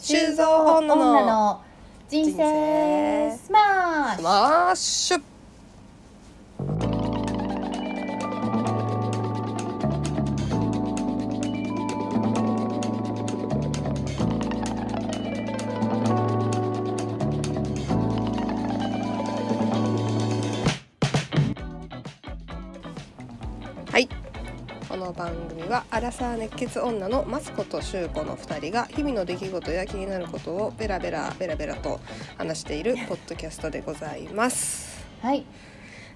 修造女の女の人人生生スマッシュマッシュはいこの番組はアラサー熱血女のマスコとシュウコの2人が日々の出来事や気になることをベラベラベラベラと話しているポッドキャストでございますはい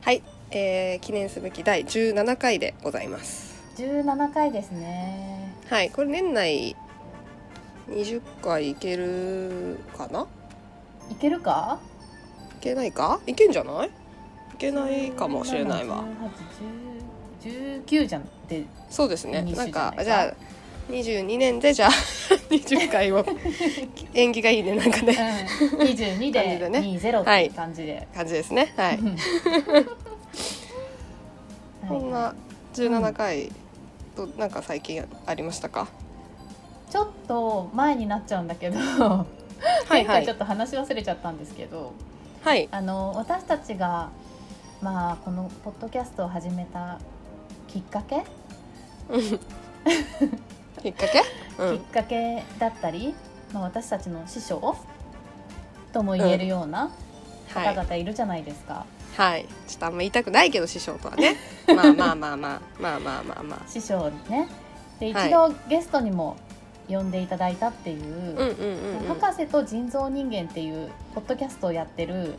はい、えー記念すべき第17回でございます17回ですねはいこれ年内20回いけるかないけるかいけないかいけんじゃないいけないかもしれないわ17 18 19じゃんってそうですね20なんかじじゃなゃあ22年でじゃあ 20回 は縁起がいいねなんかねうん22 感じででね20っていう感じで、感じですねは いこんな17回となんか最近ありましたかちょっと前になっちゃうんだけど、はい前は回ちょっいと話し忘れちゃったんですけどはいあの私たちが、まあ、このポッドキャストを始めたきっかけ、きっかけうきんっかけだったり、まあ、私たちの師匠とも言えるようなは方い々いるじゃないですか、はいちょっとあんま言いたくないけど師匠と はねまあまあまあまあまあまあまあまあ師匠にねではい一度ゲストにも呼んでいただいたっていう、うんうんうんうん博士と人造人間っていうポッドキャストをやってる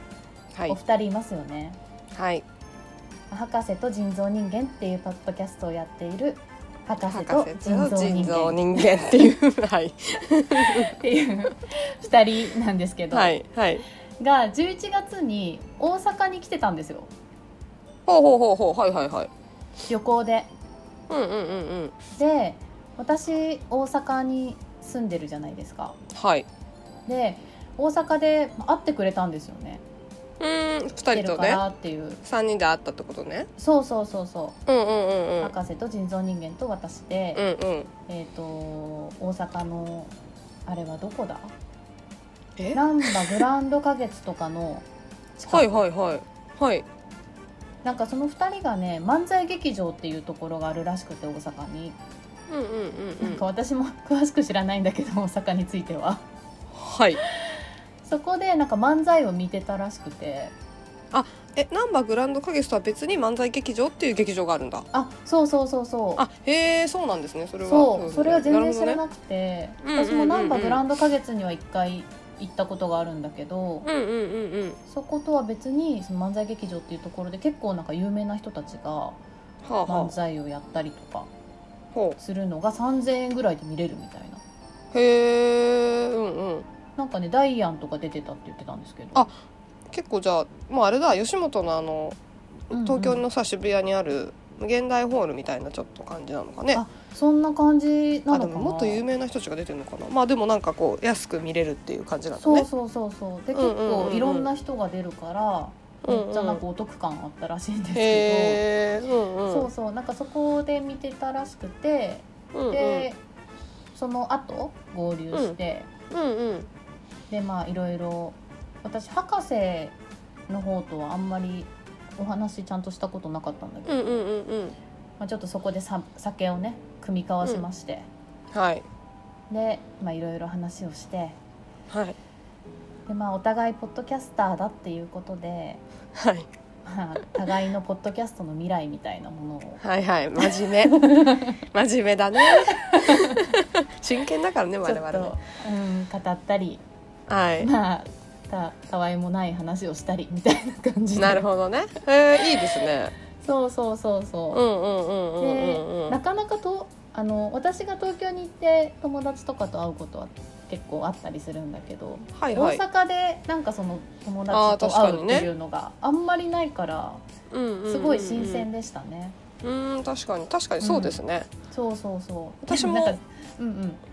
はおい二人いますよね、はい博士と人造人間っていうポッドキャストをやっている博士と博士人と造人人造間人間っていうはいっていう二人なんですけど、はいはいが11月に大阪に来てたんですよほうほうほうほうはいはいはい旅行でうんうんうんうんで私大阪に住んでるじゃないですかはいで大阪でまあ会ってくれたんですよねうーん二来て人るとかねらっていう三人で会ったってことねそうそうそうそうんうんうんうう、ん博士と人造人間と私うで、んうんえっ、と大阪のあれはどこだえなんばグランド花月とかの近くはいはいはいはいなんかその2人がね漫才劇場っていうところがあるらしくて大阪に、うんうんうんうなんんか私も 詳しく知らないんだけど大阪についてははいそこでなんか漫才を見てたらしくてえなんばグランド花月とは別に漫才劇場っていう劇場があるんだあそうそうそうそうあへえそうなんですねそれはそうそれは全然知らいなくて、なるほどね私もなんうんうんうんばうんグランド花月には1回行ったことがあるんだけど、うんうんうんうんそことは別にその漫才劇場っていうところで結構なんか有名な人たちがはあ、は漫才をやったりとかあ、ほするのが3,000円ぐらいで見れるみたいなうへえうんうんなんかねダイアンとか出てたって言ってたんですけどあ結構じゃあもうあれだ吉本のあのうんうん東京のさ渋谷にある無限大ホールみたいなちょっと感じなのかねあそんな感じなあのでかなももっと有名な人たちが出てるのかなまあでもなんかこう安く見れるっていう感じなんだそうねそうそうそうでうんうん結うんうん構いろんな人が出るから、うんうんめっちゃなんかお得感あったらしいんですけへえうんど、うんそうそうなんかそこで見てたらしくてうんうんで、その後合流して、うんうんでまあいろいろ私博士の方とはあんまりお話ちゃんとしたことなかったんだけうど、んうんうんうんまあ、ちょっとそこでさ酒をね組み交わしまして、はいでまあいろいろ話をしてはいでまあお互いポッドキャスターだっていうことで、はいまあ、互いのポッドキャストの未来みたいなものをはいはい真 面目真面目だね真剣だからねち 我ょ々っねと、うん、語ったりはいまあたたわいもない話をしたりみたいな感じでなるほどねえー、いいですねそうそうそうそうう、んうんうんうんうんうんなかなかとあの私が東京に行って友達とかと会うことは結構あったりするんだけど、はいはい大阪でなんかその友あー達と確会かにうっねていうのがあんまりないからうんうんうんうんすごい新鮮でしたね。うん確かに確かにそうですねそうそうそう。私もなんかうん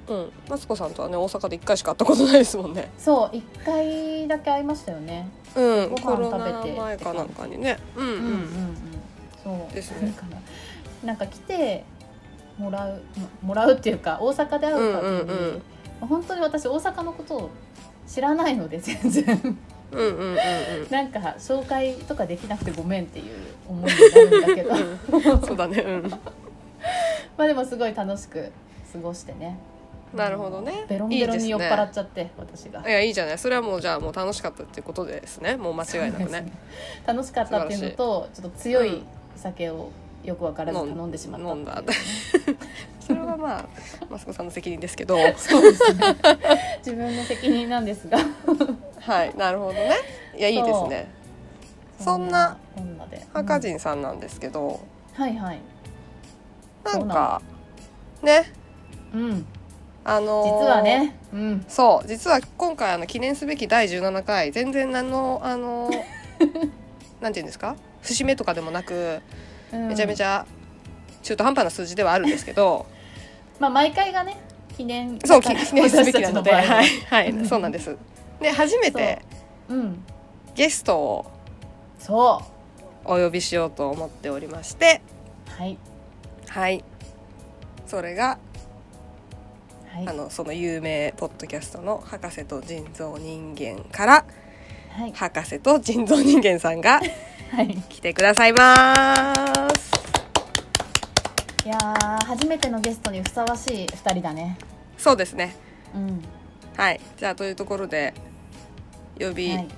うん。うん、マツコさんとはね大阪で一回しか会ったことないですもんねそう一回だけ会いましたよね。うんご飯コロナ食べて前かなんかにねうんう、うんんうんうん。そう。ですねなんかななんか来てもらうもらうっていうか大阪で会うたびに、うんうんうん本当に私大阪のことを知らないので全 然うんうんうんうんなんか紹介とかできなくてごめんっていう思いになるんだけどうんそうだねう まあでもすごい楽しく過ごしてねんなるほどねベロンベロンに酔っ払っいいでちゃって私がすねいやいいじゃないそれはもうじゃあもう楽しかったっていうことですねもう間違いなそうくですねね 楽しかったっていうのとちょっと強い酒をよくわからず飲ん頼んでしまった飲んだそれはまあマスコさんの責任ですけどそうですね自分の責任なんですがはいなるほどねいやいいですね そんなこんなでハカうんジンさんなんですけど、はいはいなんかねうんあの実ーはねうんそう実は今回あの記念すべき第17回全然何のあの ーなんていうんですか節目とかでもなくめちゃめちゃゃ中途半端な数字ではあるんですけ ど、まあ毎回がね記念そう記記念すべきなので私たち場合ははい、はい、そうなんです。で初めてうんゲストをそお呼びしようと思っておりましてうはいはいそれがはいあのその有名ポッドキャストの「博士と人造人間」からはい博士と人造人間さんがはいい来てくださいます。やー初めてのゲストにふさわしい二人だねそうですねうんはいじゃあというところで呼びはい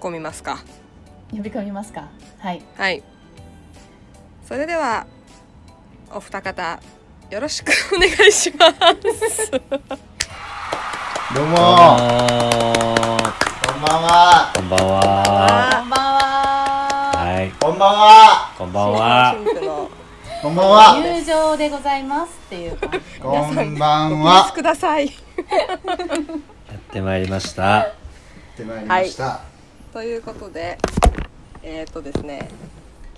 込みますか呼び込みますかはいはい、それではお二方よろしくお願いしますどうもどうこんばもーんはこんばんはこんばんははいこんばんはこんばんは神父のこんばんは入場でございますっていう感じこんばおん聞きはくださいやってまいりましたやってまいりましたということでえー、っとですね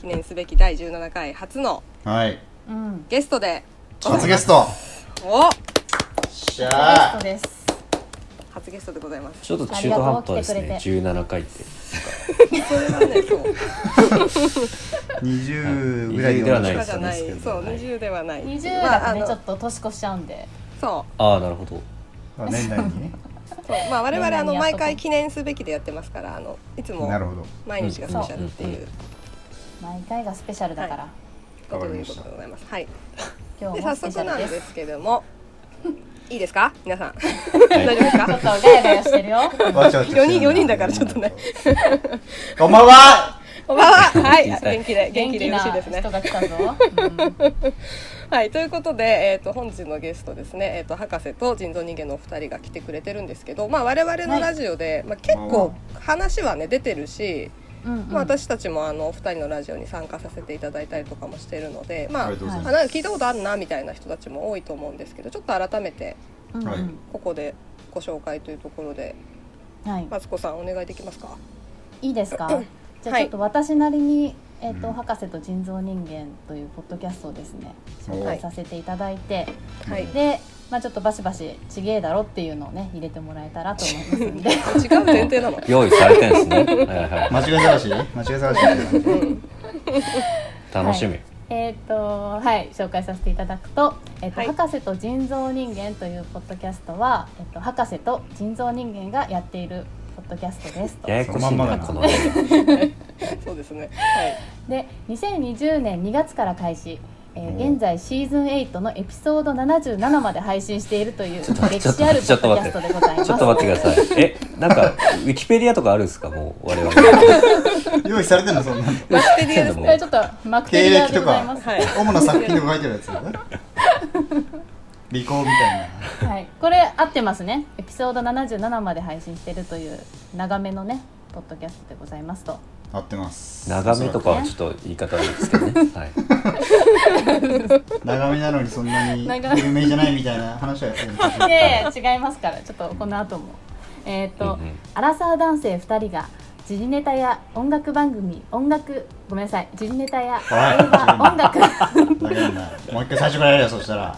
記念すべき第17回初のはいうんゲストで初ゲストよおっしゲスゃトーです初ゲストでございますちょっと中途半端ですねあ17回ってそれはねそう20ぐらい20ではない他でじすゃよないねそう20ではない20だとね、まあちょあのっと年越しちゃうんでそうああなるほどあ年内にねそうまあ我々あのみんなにやっ毎とこう回記念すべきでやってますからあのいつもなるほど毎日がスペシャルっていう毎回がスペシャルだから、こわとかでいりうまこしとたでございます。はい。今日でも早スペシ速ャなんルでですすけど も、いいですか皆さんは大丈夫いでちすょっか？とガヤガヤしてるよわちゃわちゃしてる四人四人だからちょっとね。こんばんはこんばんは。はい。小さい元気で 元元気で気よろなしいですね人。が来たぞ、 はい。ということで、えっ、と本日のゲストですね、えっ、と博士と人造人間のお二人が来てくれてるんですけど、まあ我々のラジオで、まあ結構話はね出てるし、うんうんうんまあ私たちもあのお二人のラジオに参加させていただいたりとかもしてるので、まあありがとうございあまなんか聞いたことあるなみたいな人たちも多いと思うんですけどちょっと改めてうんうんはいここでご紹介というところではい、マツコさんお願いできますかいいですかうんじゃあはいちょっと私なりに「えーとうん博士と人造人間」というポッドキャストをですね紹はい介させていただいて、はいで、まあ、ちょっとバシバシ「ちげえだろ」っていうのをね入れてもらえたらと思いますんで違う前提なの用意されてんです ねはいは間違い探し間違い探しみたいな感じい楽しみえっとはい紹介させていただくと「えーとはい博士と人造人間」というポッドキャストは、えーと博士と人造人間がやっているポッドキャストですと。ややこしいそのまんまなだな この映そうですねはいで2020年2月から開始、えーお現在シーズン8のエピソード77まで配信しているという歴ちょっ史とあるポちッょっとドキャストで待ってございま画すちょっと待ってくださいえなんかウィキペディアとかあるんですかもう我々 用意されてるのそんなのマステリアですもこれちょっとマクテリアでございます、はい主な作品でも書いてるやつだ ね離婚みたいなはい、これ合ってますねエピソード77まで配信しているという長めのねポッドキャストでございますと合ってます長めとかはちょっと言い方悪いですけどねはい長めなのにそんなに長め有名じゃないみたいな話はやってるいやいや違いますからちょっとこの後もえっ、と、うんうんアラサー男性2人が時事ネタや音楽番組音楽ごめんなさい時事ネタや映画音楽 ふざけんなもう一回最初からやれよそしたら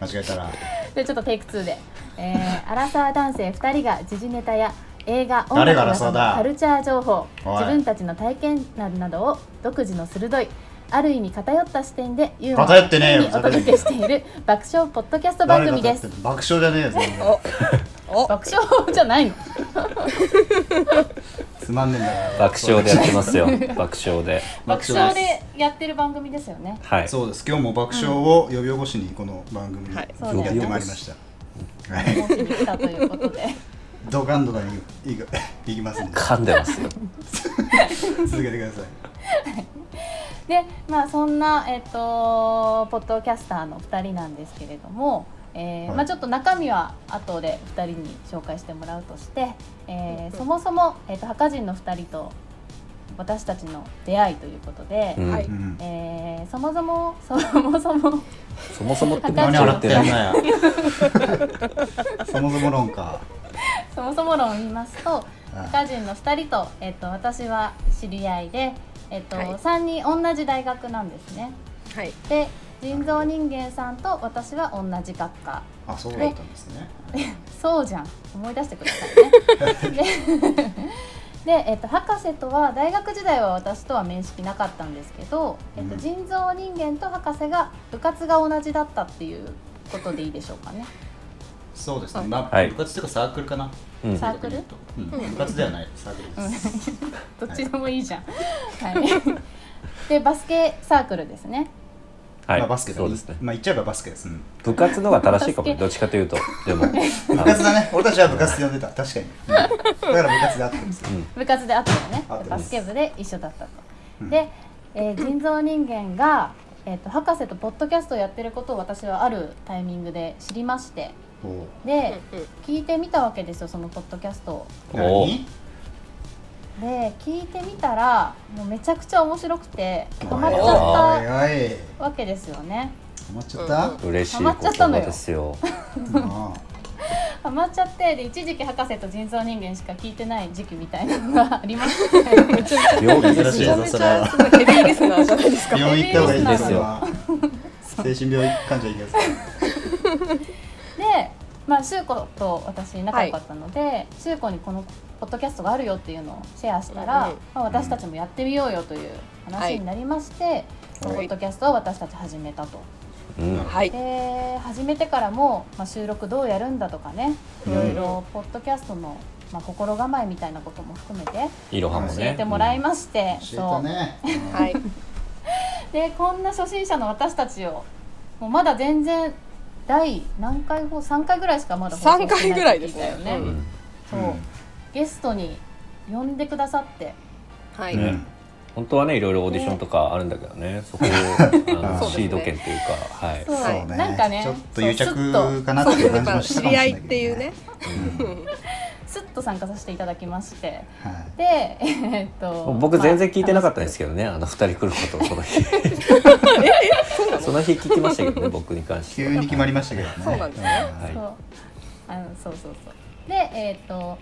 間違えたらでちょっとテイク2で、えー、アラサー男性2人が時事ネタや映画音誰楽がアラなサーどのだカルチャー情報おい自分たちの体験談などを独自の鋭いある意味偏った視点でユーモア偏ってねえよにお届けしている爆笑ポッドキャスト番誰組がで立すってんの爆笑じゃねえよそんなのおお爆笑じゃないのつまんねえんだよ爆笑でやってますよ爆笑で爆笑でやってる番組ですよねはいそうです今日も爆笑を呼び起こしにこの番組にはやいってそまうだいよねりましたはいもう日に来たということでドカンドカンいくいきますんで噛んでますよ続けてくださいでまあそんなえっ、とポッドキャスターの2人なんですけれどもえーはいまあ、ちょっと中身は後で2人に紹介してもらうとして、えーそもそも、えー、とハカ人の2人と私たちの出会いということで、うんはいうんえーそもそもそもそもそもそもって何笑ってんのいやそもそも論かそもそも論を言いますとはい他人の2人と,、えっと私は知り合いで、えっとはい3人同じ大学なんですねはいで人造人間さんと私は同じ学科あそうだったんですねそうじゃん思い出してくださいねで で、えっと博士とは大学時代は私とは面識なかったんですけど、えっとうん人造人間と博士が部活が同じだったっていうことでいいでしょうかねそうですはねいまあはい部活というかサークルかなうんサークルうん部活ではないサークルですどっちでもいいじゃん。はい。で、バスケサークルですね。はい、まあバスケそうですねまあ言っちゃえばバスケですうん部活のが正しいかもどっちかというとでも部活だね俺たちは部活で呼んでた確かにうんだから部活であってるんです部活であったよね合って。まバすスケ部で一緒だったと。うんで、えー人造人間が、えっと博士とポッドキャストをやってることを私はあるタイミングで知りましておおでうんうん聞いてみたわけですよそのポッドキャストをお何で聞いてみたらもうめちゃくちゃ面白くてハマっちおゃっいおいたわけですよね止まっちゃった、嬉しいハマ言っちゃったの葉よですよあハマっちゃってで一時期博士と人造人間しか聞いてない時期みたいなのがありまして 病気で珍すしいよぞそれはすごいヘビーリスナーじゃないですあか病院行った方がいいですよ病精神病患者いるやで、まあ、しゅうこと私仲良かったので、しゅうこにこのポッドキャストがあるよっていうのをシェアしたら、うんうんまあ、私たちもやってみようよという話になりまして、このポッドキャストを私たち始めたと。うんはいで始めてからも、まあ、収録どうやるんだとかねいろいろポッドキャストの、まあ、心構えみたいなことも含めていろはも教ねえてもらいまして、つそう教えたねはいでこんな初心者の私たちをもうまだ全然第何回放3回ぐらいしかまだ放送してない3回ぐらいですねって聞いたようんそう、ゲストに呼んでくださってはうんいね本当はねいろいろオーディションとかあるんだけどねそこをあそのうですねシード権というかはいそうそうねなんかねちょっとそう癒着かなっていう感じも知したかもしれりな合いいっていうねけどねスッと参加させていただきましてうんはでえっと僕全然聞いてなかったたんですけどね、あ、の二人来ることその日その日聞きましたけどね僕に関いしては急に決まりましたけどねそうなんですねはいそうあのそうそうそうでえっ、と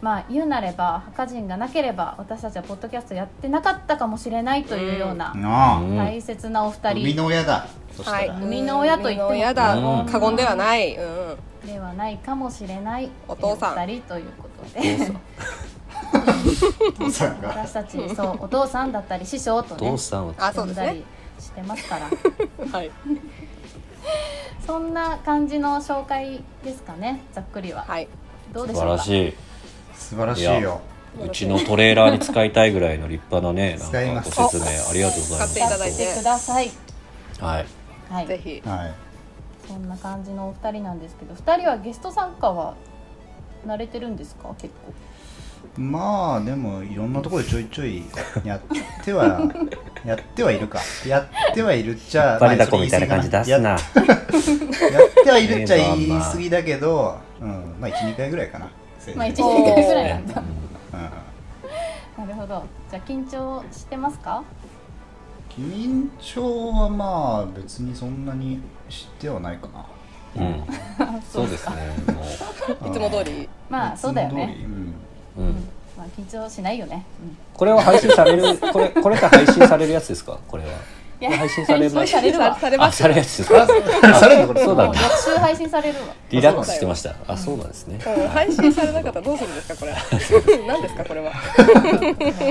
まあ言うなれば墓人がなければ私たちはポッドキャストやってなかったかもしれないというようななうん大切なお二あ生み人の親だそしたはいら生みの親と言っても生みの親だうん過言ではないうんではないかもしれないお父えーさんお二人ということでお父お父さんさんが私たちそうお父さんだったり師匠とどねうしたのあ呼そうんですだねりしてます からはいそんな感じの紹介ですかねざっくりは、はいどうで素しょうか晴らしい素晴らしいようちのトレーラーに使いたいぐらいの立派なね使いなんまかすご説明ありがとうございます使っていただいてやってくださいはいはいぜひはいそんな感じのお二人なんですけど二人はゲスト参加は慣れてるんですか結 構まあでもいろんなところでちょいちょいやっては やってはいるかやってはいるっちゃ引っ張りだこみたいな感じ出すまなあそれ言い過ぎかなやってはいるっちゃ言い過ぎだけど、うん、まあ12回ぐらいかなせいぜいまあ1年間ぐらいなんだうなるほどじゃあ緊張してますかん緊張はまあ別にそんなに知ってはないかなうんうん そうですねもいつも通りまあそうだよいつも通ね、りうんう、うん、まあ、緊張しないよね、うんこれは配信されるこれこれって配信されるやつですかこれは配信されます配信されるわされあますされるやつですあかそされるのこれ そうもうだ翌ね週配信されるわリラックスしてましたあそうなんですねうん配信されなかったらどうするんですかこれ何ですかこれは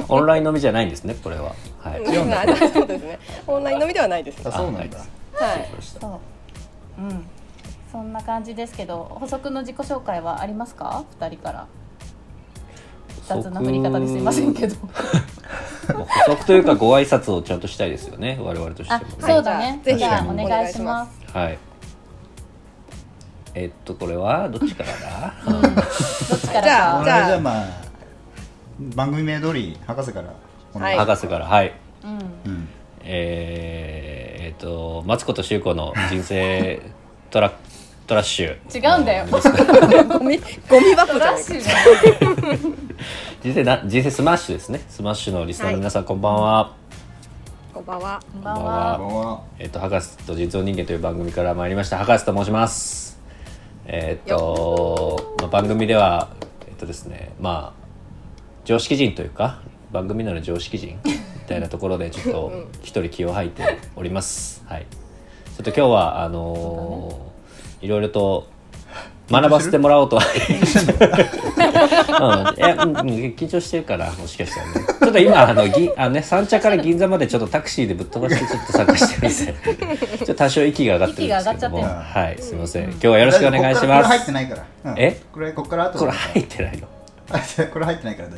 オンライン飲みじゃないんですねこれははいそう なんだですね。オンライン飲みではないです。あはそうなんだい。ましたそううんそんな感じですけど補足の自己紹介はありますか二人から雑な振り方ですいませんけどまあ補足というかご挨拶をちゃんとしたいですよね我々としてあもねそうだねはいじゃあじゃあお願いしますはいえっとこれはどっちからうんどっちからじゃこあれかじゃあまあ番組名通り博士からお願いだしま博士からはいうんすうんえーえっとマツコとシュウコの人生 トラトラッシュ違うんだよですかゴミゴミ箱トじゃラなッいシか。ュじゃ人生な人生スマッシュですねスマッシュのリスナーの皆さん、こんばんはこんばんは。んこんばんあこはんばんはえっと博士と実存人間という番組から参りました博士と申しますえっと、まあ、番組ではえっとですねまあ常識人というか番組なら常識人みたいなところでちょっと一人気を吐いておりますはいちょっと今日はあのーいろいろと学ばせてもらおうとはうん、いやうんうん緊張してるからもしかしたらねちょっと今あのぎあの、ね、三茶から銀座までちょっとタクシーでぶっ飛ばしてちょっと参加してるんでちょっと多少息が上がってるんですけども息が上がっちゃはいすいません今日はよろしくお願いしこっからこれま入ってすないから、うんえこれこっから後これだ入ってないのあ違 うこれ入ってないから大丈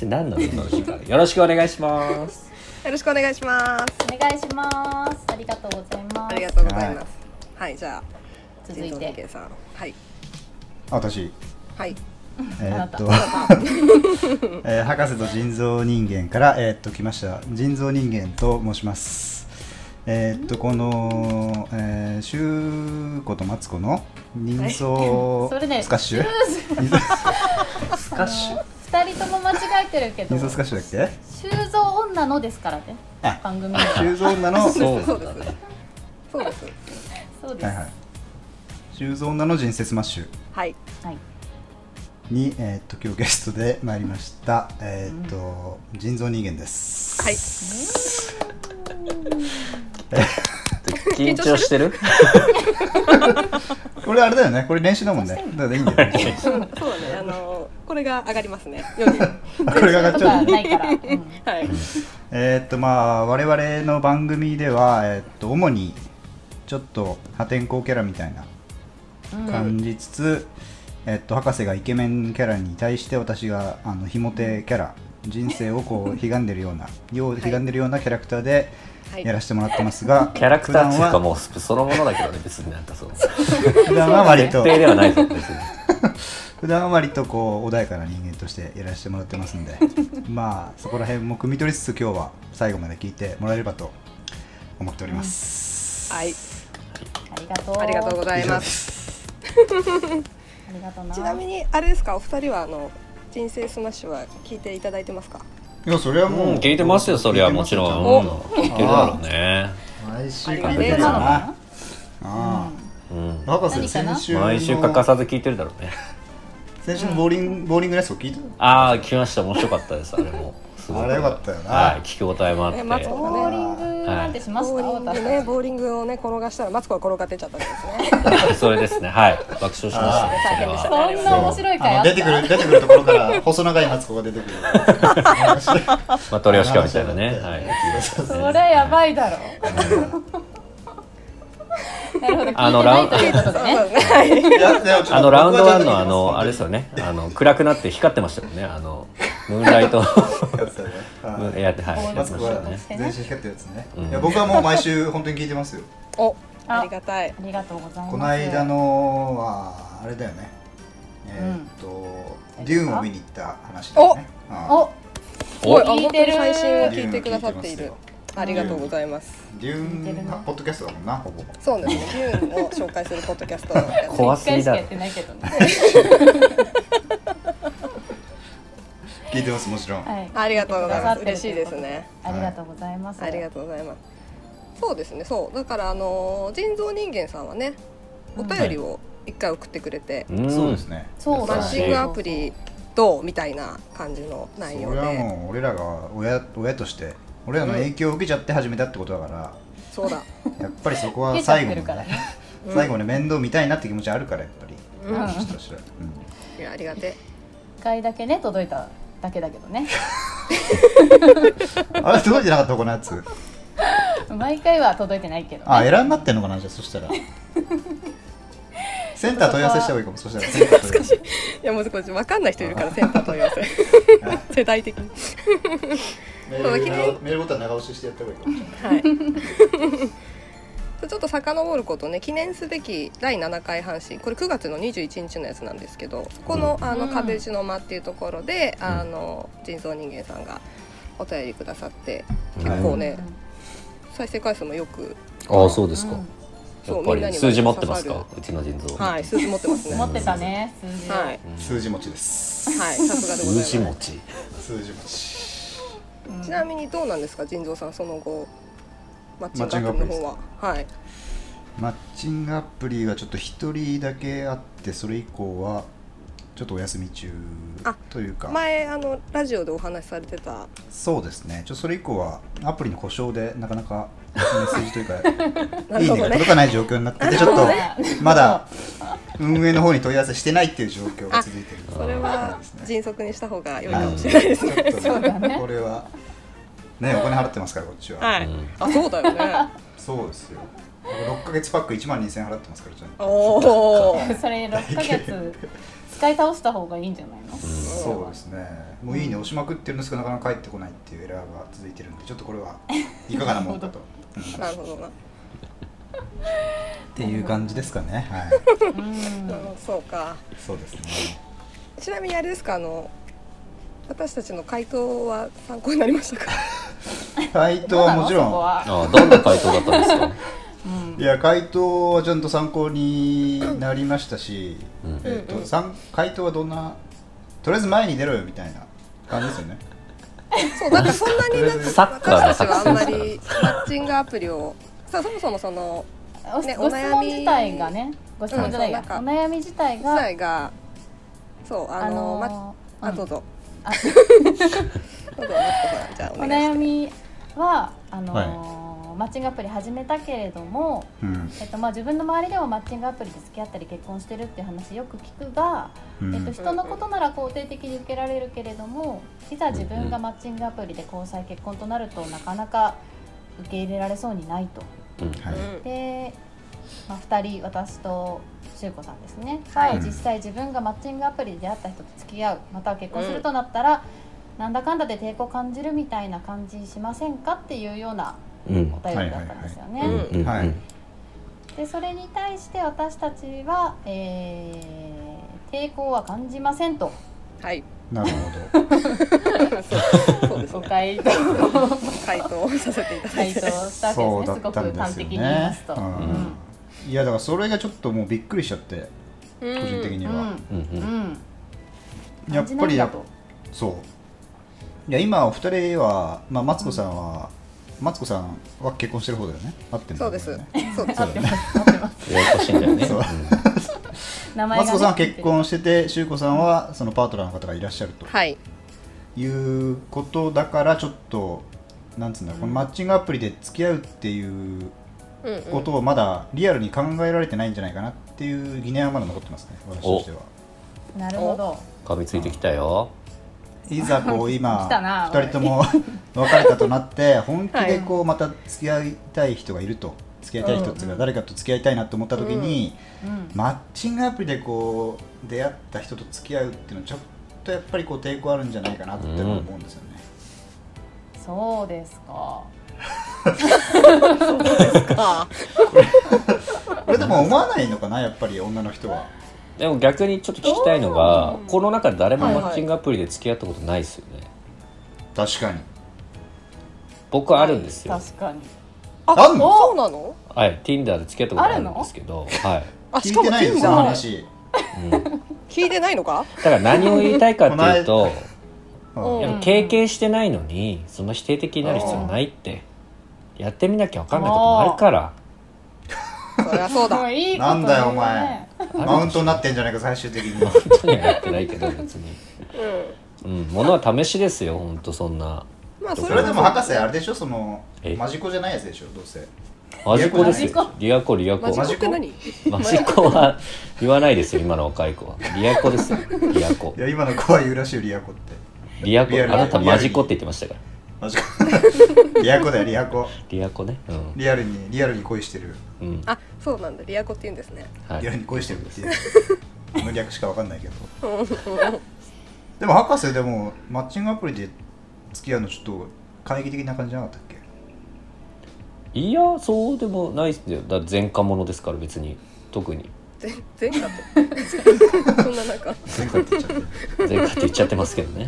ちょ何なのその時間よろしくお願いしますよろしくお願いします。お願いしますありがとうございまあすりがとうございます。はい、じゃあ続い人造人て間さん。はい夫あ私はい。えーなったと、 えー博士と人造人間から、えーっと来ました人造人間と申しますえーっとこの、えー、シュウコとマツコの人相それねスカッシュ、シューズスあの二人とも間違えてるけど人相スカッシュだっけ 修造女のですからねあ番組名は修造女のそうそうです。そうです。そうですはいはい修造女の人生スマッシュはい。はいに、えーっと今日ゲストで参りましたえーっと、人造人間ですはい。緊張してるこれあれだよねこれ練習だもんねだからいいんだよねそうだね。あのこれが上がりますね。より。これが上がっとちゃかうないから、うんはい。えーっとまあ我々の番組では、えーっと主にちょっと破天荒キャラみたいな感じつつ、えーっと博士がイケメンキャラに対して私があのひもてキャラ人生をこ うひがんでるようなようひがんでるようなキャラクターではいやらせてもらってますが、キャラクターっていうか普段はもうそのものだけどね別になんかそう普段は割設と定ではないぞ別に普段は割とこう穏やかな人間としてやらせてもらってます んでまあそこら辺も汲み取りつつ今日は最後まで聞いてもらえればと思っております、はい。ありがとうありがとうござい以上ま。ですすありがとうなちなみにあれですか、お二人はあの人生スマッシュは聞いていただいてますか。いやそれはもう、うん聞いてますよそりゃもちろんうん聞いてるだろうねん毎週聞ありいてがるとうございよなあうんあ博士何かな先週の毎週欠かさず聞いてるだろうね先週のボーリング、ボーリングレッスン聞いてたああ聞きました面白かったですあれもすごくあれよかったよなはい聞き応えもあっねマツてコボがーね。リングなんてしましたボーリング私ね、ボーリングをね転がしたらマツコが転がってっちゃったんですね。それですねはい爆笑しましたねそれあー大変でしそたはねんな面白い回ああっのた出てくる出てくるところから細長いマツコが出てくるまあ取り押しかみたいなねはいそれやばいだろなるほどあの聞いてないということでねね。いやでもちょっと あのラウンドワンのあ僕のはあちれょでっ とすよねあの暗くなって光ってましたもんねあのムーンライト やつだねはいやってはいやマってまツしコたよがね全身光ってるやつね、うんいや僕はもう毎週本当に聞いてますよお、あありがたい。ありがとうございますこの間のはあれだよねえーっと、デューンを見に行った話だよねおおい、おあ本当に最新をうん聞いてくださっている。ありがとうございます。デューンはポッドキャストだもんなほぼそうですね。ユーンを紹介するポッドキャストなんで。怖一す回ぎしかだやろってないけどね聞いてますもちろん、はいありがとうございます。嬉しいですね。ありがとうございますありがとうございます。そうですね。そう。だからあのー人造人間さんはね、お便りを一回送ってくれて、うんそうですねそうマだッチングアプリどうみたいな感じのそ内れ容はで、もう俺らが親親として俺らの影響を受けちゃって始めたってことだから、そうだ。やっぱりそ受こはけちゃっ最後てにるからねね最後まで面倒見たいなって気持ちあるからやっぱり、うん私としてはうんいやありがてえ。一回だけね届いただけだけどねあれ届いてなかったこのやつ毎回は届いてないけど、ね、あエラーになってんのかなじゃあそし たらセンター問い合わせした方がいいかもそした らセンター問い合わせいやもうこれ分かんない人いるからセンター問い合わせ世代的にメールメールボタン長押ししてやった方がいいかもしれないはい ちょっと遡ることね記念すべき第7回阪神これ9月の21日のやつなんですけどそこのあうのん壁打ちの間っていうところで、んあの人造人間さんがお便りくださってうん結構ね、再生回数もよくああそうですか、そうやっみんぱなりに数字持ってます刺かさうちの腎臓、はい数字持ってますうねん、は持いってたね数字を、はい数字持ちですさすがでござい数ま字す持ち数字持ちうんちなみにどうなんですか腎臓さんその後マッチングアプリの方ははいマッチングアプリがちょっと一人だけあってそれ以降はちょっとお休み中あというか前あのラジオでお話しされてたそうですねちょそれ以降はアプリの故障でなかなかメッセージという かないるいほねどがね届かない状況になっててちょっとまだ運営の方に問い合わせしてないっていう状況が続いてるそれはですね迅速にした方が良いかはもいしちれなょっいですとそうだねね これはねお金払ってますからこっちは、はい、うんあそうだよね そうですよ6ヶ月パック1万2000円払ってますからちゃんとおおそれ6ヶ月使い倒した方がいいんじゃないのそうですねもういいね押しまくってるんですけどなかなか返ってこないっていうエラーが続いてるんでちょっとこれはいかがなもの かとなるほどなっていう感じですかねはい うんうんそうかそう ですねちなみにあれですかあの私たちの回答は参考になりました か回答はもちろんんああどんな回答だったんですかいや回答はちゃんと参考になりましたし、うんえっとさん回答はどんなとりあえず前に出ろよみたいな感じですよねそうだからそんなになんか サッカーの私たちはあんま作りマッチングアプリをさあそもそもそのおねご質問お悩み自体がねご質問じゃないや、うんそうお悩み自体夫が妻がそうあのーまあうんどうぞあどうぞマツコさんじゃあおお願いし悩みはあのーマッチングアプリ始めたけれども、うんえっとまあ、自分の周りでもマッチングアプリで付き合ったり結婚してるっていう話よく聞くが、うんえっと、人のことなら肯定的に受けられるけれどもいざ自分がマッチングアプリで交際結婚となるとなかなか受け入れられそうにないと。うんはい、で、まあ、2人私と修子さんですね、はいはい、実際自分がマッチングアプリで出会った人と付き合うまたは結婚するとなったら、なんだかんだで抵抗感じるみたいな感じしませんかっていうようなうんお便りだったんですよね。はいはいうんうんはいでそれに対して私たちは、えー抵抗は感じませんとますはいなる ほど そうそうです誤ね解と回答させていただ回い答てしたわけそうですだねすごったんくで端すよ的に言いますねと。うんうんいやだからそれがちょっともうびっくりしちゃって個個人的にうは、んうんううんんや感っじなぱんりだとそういや今お二人は、まあ、マツコさんは、マツコさんは結婚してる方だよね合ってるんだそようですねそうですそうだよねややこしいんだよねそう名前がマねツコさんは結婚してて、修子さんはそのパートナーの方がいらっしゃるとはいいうことだから、ちょっと、なんつうんだろう、このマッチングアプリで付き合うっていううんうこんとをまだリアルに考えられてないんじゃないかなっていう疑念はまだ残ってますね、私としては。なるほど噛みついてきたよいざこ う今来たな2人 とも別れたとなって本気でこうまた付き合いたい人がいると付き合いたい人っていううんうかん誰かと付き合いたいなと思った時にうんマッチングアプリでこう出会った人と付き合うっていうのはちょっとやっぱりこう抵抗あるんじゃないかなって思うんですよね。そうですか。あこれでも思わないのかなやっぱり女の人は。でも逆にちょっと聞きたいのがこの中で誰もはいはマいッチングアプリで付き合ったことないですよね、確かに。僕あるんですよ確かに。あんのそうなのはい、Tinder で付き合ったことあるんですけど、はい、あ聞しいかもてないよ Tinder その話。聞いてないのかだから何を言いたいかってい うと、うんやっぱ経験してないのにその否定的になる必要ないって、やってみなきゃ分かんないこともある から、そりゃそうだもういいことなんだよお言う前ね。マウントになってんじゃないか最終的に。本当にはやってないけど別に、うん、ものは試しですよ、本当そんな、まあそそれれはででもも博士あれでしょそのえマジコじゃないやつでしょどうせ。マジコですリアよ、リアコリアコ、マジマコって何ジコは言わないですよ今の若い子は、リアコですよ、リアコい、や今の子は言うらしいよリアコって。リアコリアルあなたリアルマジコって言ってましたからマジかリアコだよリアコリアコねうん、リアルにリアルに恋してる、うん、あそうなんだリアコって言うんですねはリアルにい恋してるっていうこの略しかわかんないけど でも博士でもマッチングアプリで付き合うのちょっと懐疑的な感じじゃなかったっけいやそうでもないっすよだ前科者ですから別に特に全全カッ トそんな中前回って言っちゃって前科って言っちゃってますけどね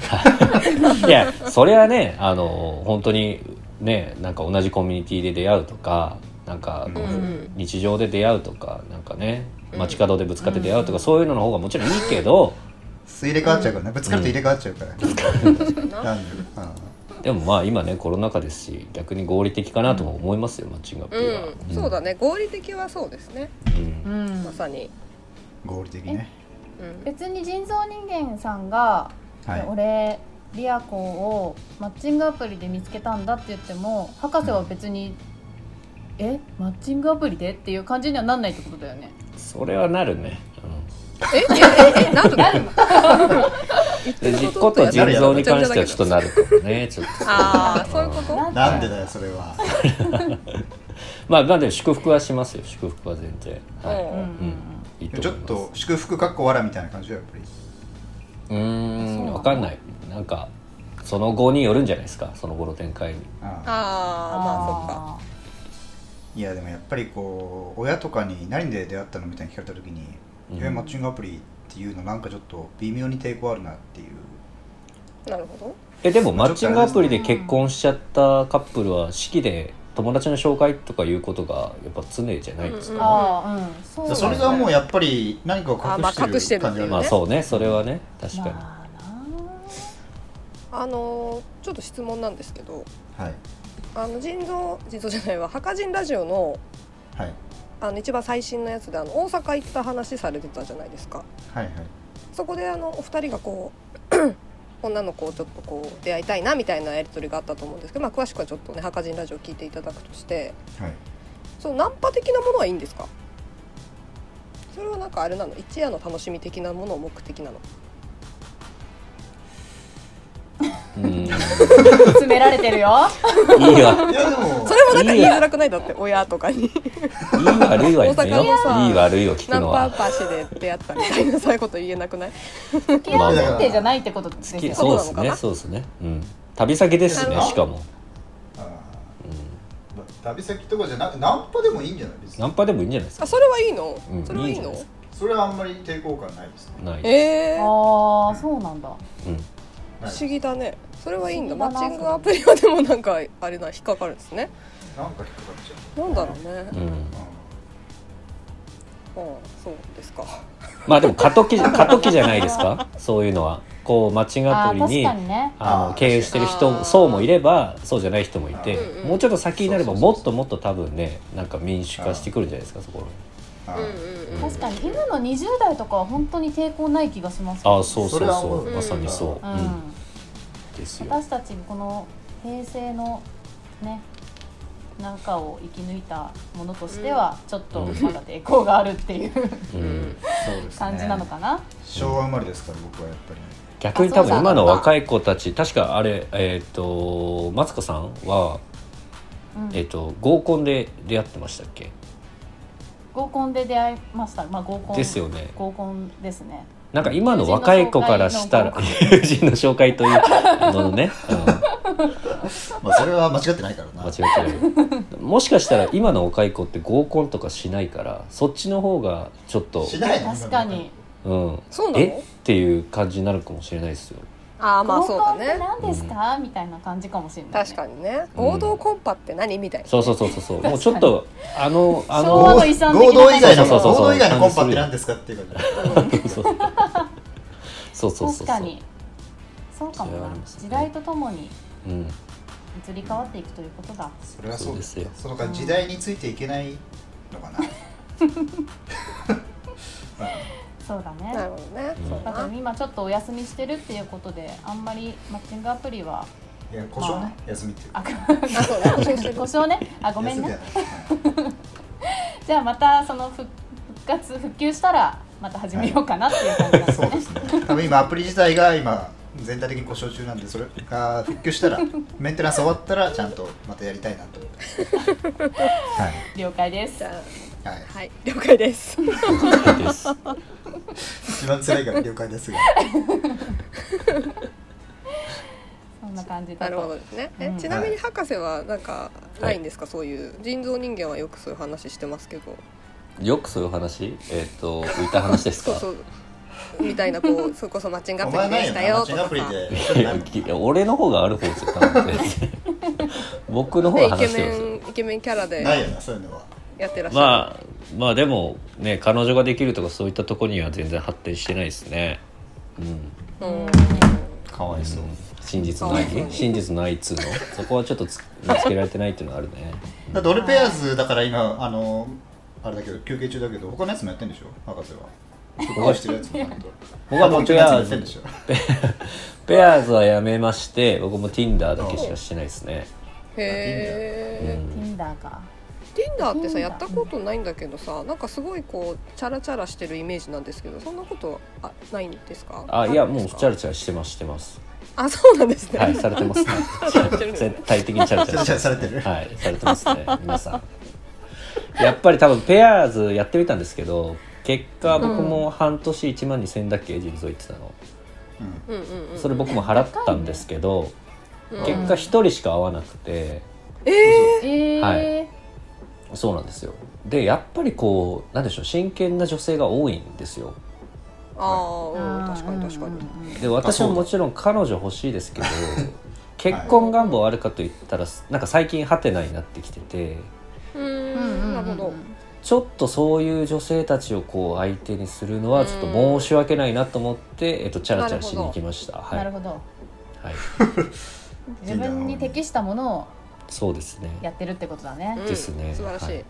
いやそれはねあの本当にねなんか同じコミュニティで出会うとかなんかこううん日常で出会うとかなんかねうん街角でぶつかって出会うとかそういうのの方がもちろんいいけどす入れ替わっちゃうからねぶつかると入れ替わっちゃうから、な男女うんでもまあ今ねコロナ禍ですし逆に合理的かなとも思いますよマッチングアプリは、うんそうだね合理的はそうですねうんうんまさに合理的ねうん別に人造人間さんが、はい俺リアコをマッチングアプリで見つけたんだって言っても博士は別に、えマッチングアプリでっていう感じにはなんないってことだよねそれはなるね、ええええなんとかうん、で実こと人造に関してはちょっとなるかもねちょっとああそういうことななんでだよそれはまあまあでも祝福はしますよ祝福は全然はい、うんうんうんいいちとょ思っいまとす祝福かっこわらみたいな感じだよやっぱりうそーうなんのわかんないなんかその後によるんじゃないですかその後の展開にああああまああいやでもやっぱりこう親とかに何で出会ったのみたいに聞かれた時に「うんえマッチングアプリっていうのなんかちょっと微妙に抵抗あるな」っていうそっかなるほどえでもマッチングアプリで結婚しちゃったカップルは式で友達の紹介とかいうことがやっぱ常じゃないですーうか、んうんあーうんそうそ,、だねれがもうやっぱり何かをあまあ隠隠ししててるるっ感てじいうがねまあそうねそれはね確かに、まあなあのーちょっと質問なんですけどはいあの人造人造じゃないわ墓人ラジオのはいあの一番最新のやつであの大阪行った話されてたじゃないですかはいはいそこであのお二人がこう 女の子をちょっとこう出会いたいなみたいなやり取りがあったと思うんですけど、まあ、詳しくはちょっとね墓人ラジオ聞いていただくとしてはいそのナンパ的なものはいいんですかそれはなんかあれなの一夜の楽しみ的なものを目的なのうん詰められて るよいいいわやでそもれもなんか言いづらくないだって親とか にいい悪いは言ってよ大阪のさいい悪いを聞ナくンのパは橋で出会ったみたいなそういうこと言えなくない付き合う設定じゃないってことです好きよそうでそうなすのかねなそうですねうん旅先ですしなねるほどしかも、あうん、ーま旅先とかじゃなくナンパでもいいんじゃないですナかンパでもいいんじゃないですかあそれはいいの、うんそれはいいいいんじゃのないですそれはあんまり抵抗感ないですねない、えー、ああそうなんだうん不思議だねそれはいいんだ不マ思議ッだなチングアプリはでもなんかあれな引っかかるんですねなんか引っかかっちゃなんだろうね、うあんあそうですかまあでも過渡期過渡期じゃないですかそういうのはこうマッチングアあープリ確にかにねああのー経由してる確か人に層もいればそうじゃない人もいてうんうんもうちょっと先になれそばうそもうっともっと多分ねなんか民主化してくるんじゃないですかそこう、ううんんうあーんうん確かに今の20代とかは本当に抵抗ない気がしますけどああそうそそうれはそ思ううまさにそう、ううんん、ですよ私たちこの平成のね中を生き抜いたものとしてはちょっとまだ抵抗があるっていううんそうですね感じなのかな、昭和生まれですから僕はやっぱりね逆に多あそう分だ今の若い子たち確かあれえっ、とマツコさんは、うんえっと合コンで出会ってましたっけ合コンで出会いましたまあ合コンですよね合コンですねなんか今の若い子からしたら友人の紹介というのね、うんまあそれは間違ってないからな間違ってないもしかしたら今の若い子って合コンとかしないからそっちの方がちょっとしないの確かにうんそうなのえっていう感じになるかもしれないですよああまあ合そうコだンってね何ですか、みたいな感じかもしれない、ね、確かにね合同コンパって何みたいなそうそうそうそうそうもうちょっとあのあ昭和のの遺産的な合同以外のそうそうそう合同以外のコンパって何ですかっていう感じそうそうそうそ確うかにそうかもそれはな、ありますね時代とともにうん移り変わっていくということだそれはそうですそうよですそのか時代についていけないのかなそうだねなるほどね、うそんうだだからな今ちょっとお休みしてるっていうことであんまりマッチングアプリはいや故障ね休みっていうああそうね 故障ねあごめん休みねだよじゃあまたその復復活復旧したらまた始めようかなっていう感じなんですそうねですね多分今アプリ自体が今全体的に故障中なんでそれが復旧 したらメンテナンス終わったらちゃんとまたやりたいなと思って はい了解ですじゃはいあはい了解です。です一番辛いから了解ですがそんな感じだなるほどとですね。えうんちなみに博士はなんかないんですか、そういう人造人間はよくそういう話してますけど、よくそういう話えっ、と浮いた話ですかそうそうみたいなこうそれこそマッチングアおプリ前でないしよたなマよッチとングアかプリさ。でいやいや俺の方がある方ですよ多 分僕の方でがイケ話してるんですよメンイケメンキャラでないよなそういうのはやってらっしゃる。まあまあでもね彼女ができるとかそういったところには全然発展してないですねうんうんかわいそう真実の愛かわいそう真実の愛っつうのそこはちょっとつ見つけられてないっていうのはあるねだって俺ペアーズだから今あのあれだけど休憩中だけど他のやつもやってんでしょ博士は僕はしてるやつもやっと僕はもう他のやつもやってんでしょペアーズはやめまして僕も Tinder だけしかしてないですねうへえ。ん Tinder か Tinder ってさ Tinder やったことないんだけどさ、なんかすごいこうチャラチャラしてるイメージなんですけど、そんなことあないんですか？あいやもうチャラ。ラチャラしてますしてますあそうなんですね。はいされてますね絶対的にチャラチャチャララしてますチャラされてるはいされてますね皆さんやっぱり多分ペアーズやってみたんですけど結果僕も半年1万2000だっけ腎臓行ってたのうんうんうんうん。それ僕も払ったんですけどうん結果1人しか会わなくてえー、はいそうなんですよでやっぱりこうなんでしょう真剣な女性が多いんですよああ、うん、確かに確かに。で私そうもだもちろん彼女欲しいですけど結婚願望あるかといったらなんか最近ハテナになってきててうーうんうんうんうんん、なるほど。ちょっとそういう女性たちをこう相手にするのはちょっと申し訳ないなと思って、えっと、チャラチャラしに行きましたは、ないるはい、ほど自 Tinder 分に適したものをそうですねやってるってことだねうんですね素晴らしい。はいはい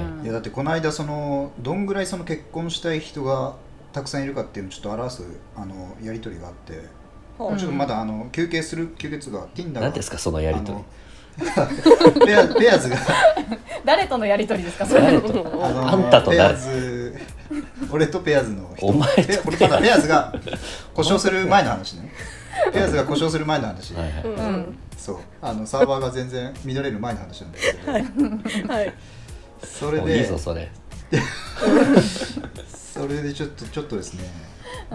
うんいやだってこの間そのどんぐらいその結婚したい人がたくさんいるかっていうのをちょっと表すあのやり取りがあって、ほううんちょっとまだあの休憩する休憩が Tinder 何ですかそのやりとりりペアペアーズが誰とのやり取りですかそれ誰とあのあんたとペア誰ーズ俺とペアーズの人お前とペこれまだペアーズが故障する前の話ねペアーズが故障する前の話、はいはいうんうんそうあのサーバーが全然見られる前の話なんですけど、はい。それもういいでぞそれそれでちょっとちょっとですね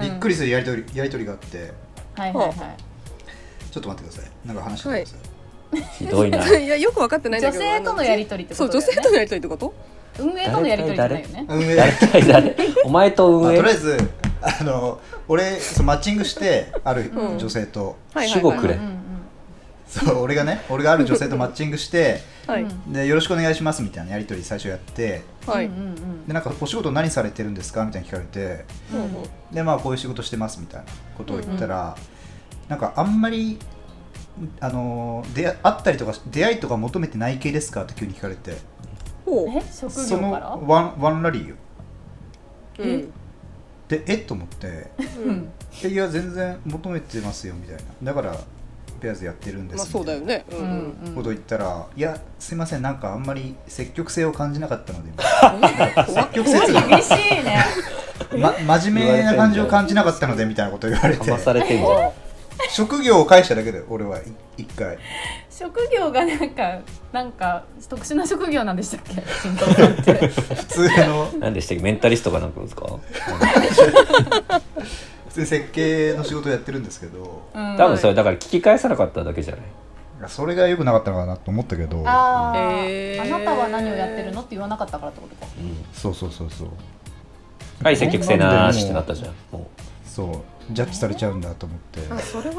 びっくりするやり取りやり取りがあってはいはいはちょっと待ってくださいなんか話してください、ひどいないやよく分かってないんだけど。女性とのやり取りってことだよねそう女性とのやり取りってこいと？運営とのやり取りじゃないよね運営大体誰お前とまあ運営とりあえずあの俺そうマッチングしてあるうん女性と、はいはいはい主語くれうんそう俺がね俺がある女性とマッチングしてはいうんでよろしくお願いしますみたいなやり取り最初やってはい。うんうんうんでなんかお仕事何されてるんですかみたいに聞かれてうんうんでまあこういう仕事してますみたいなことを言ったら、なんかあんまりあの出会会ったりとか出会いとか求めてない系ですかって急に聞かれてほえ職そ業からのワンワンラリーよう。うん。でえっと思って うんえいや全然求めてますよみたいなだからペアーズやってるんでまあすそうだよね。ううんん。うんこと言ったら「いやすいませんなんかあんまり積極性を感じなかったので」積極性が厳しいねま、真面目な感じを感じなかったのでみたいなこと言われかてまされてんじゃん職業を返しただけで俺はい一回職業がなんかなんか特殊な職業なんでしたっけ新藤さんって普通の何でしたっけメンタリストかなんかですか普通に設計の仕事をやってるんですけどうん多分それだから聞き返さなかっただけじゃないそれが良くなかったのかなと思ったけどあー、えーあなたは何をやってるのって言わなかったからってことかそうそうそうそうはい積極性なーしってなったじゃんもそうジャッジされちゃうんだと思って、あそれは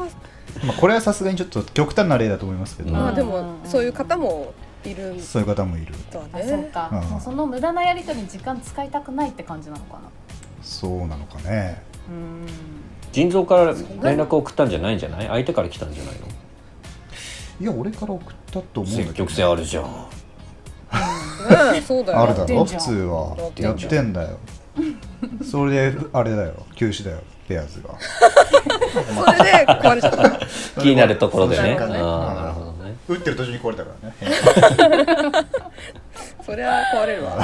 まあ、これはさすがにちょっと極端な例だと思いますけど、まあうんでもそういう方もいるんそういう方もいるだあそうね。か、うんもうその無駄なやり取りに時間使いたくないって感じなのかなそうなのかねうーんう腎臓から連絡を送ったんじゃないんじゃない相手から来たんじゃないのいや俺から送ったと思うんだけど、積極性あるじゃんねそうだよ。あるだやってろんじ普ゃん通はやってんじゃやんってんだよそれであれだよ休止だよペアーズがそれで壊れちゃった。気になるところでねその瞬間ねああなるほどね打ってる途中に壊れたからねそりゃ壊れるわ。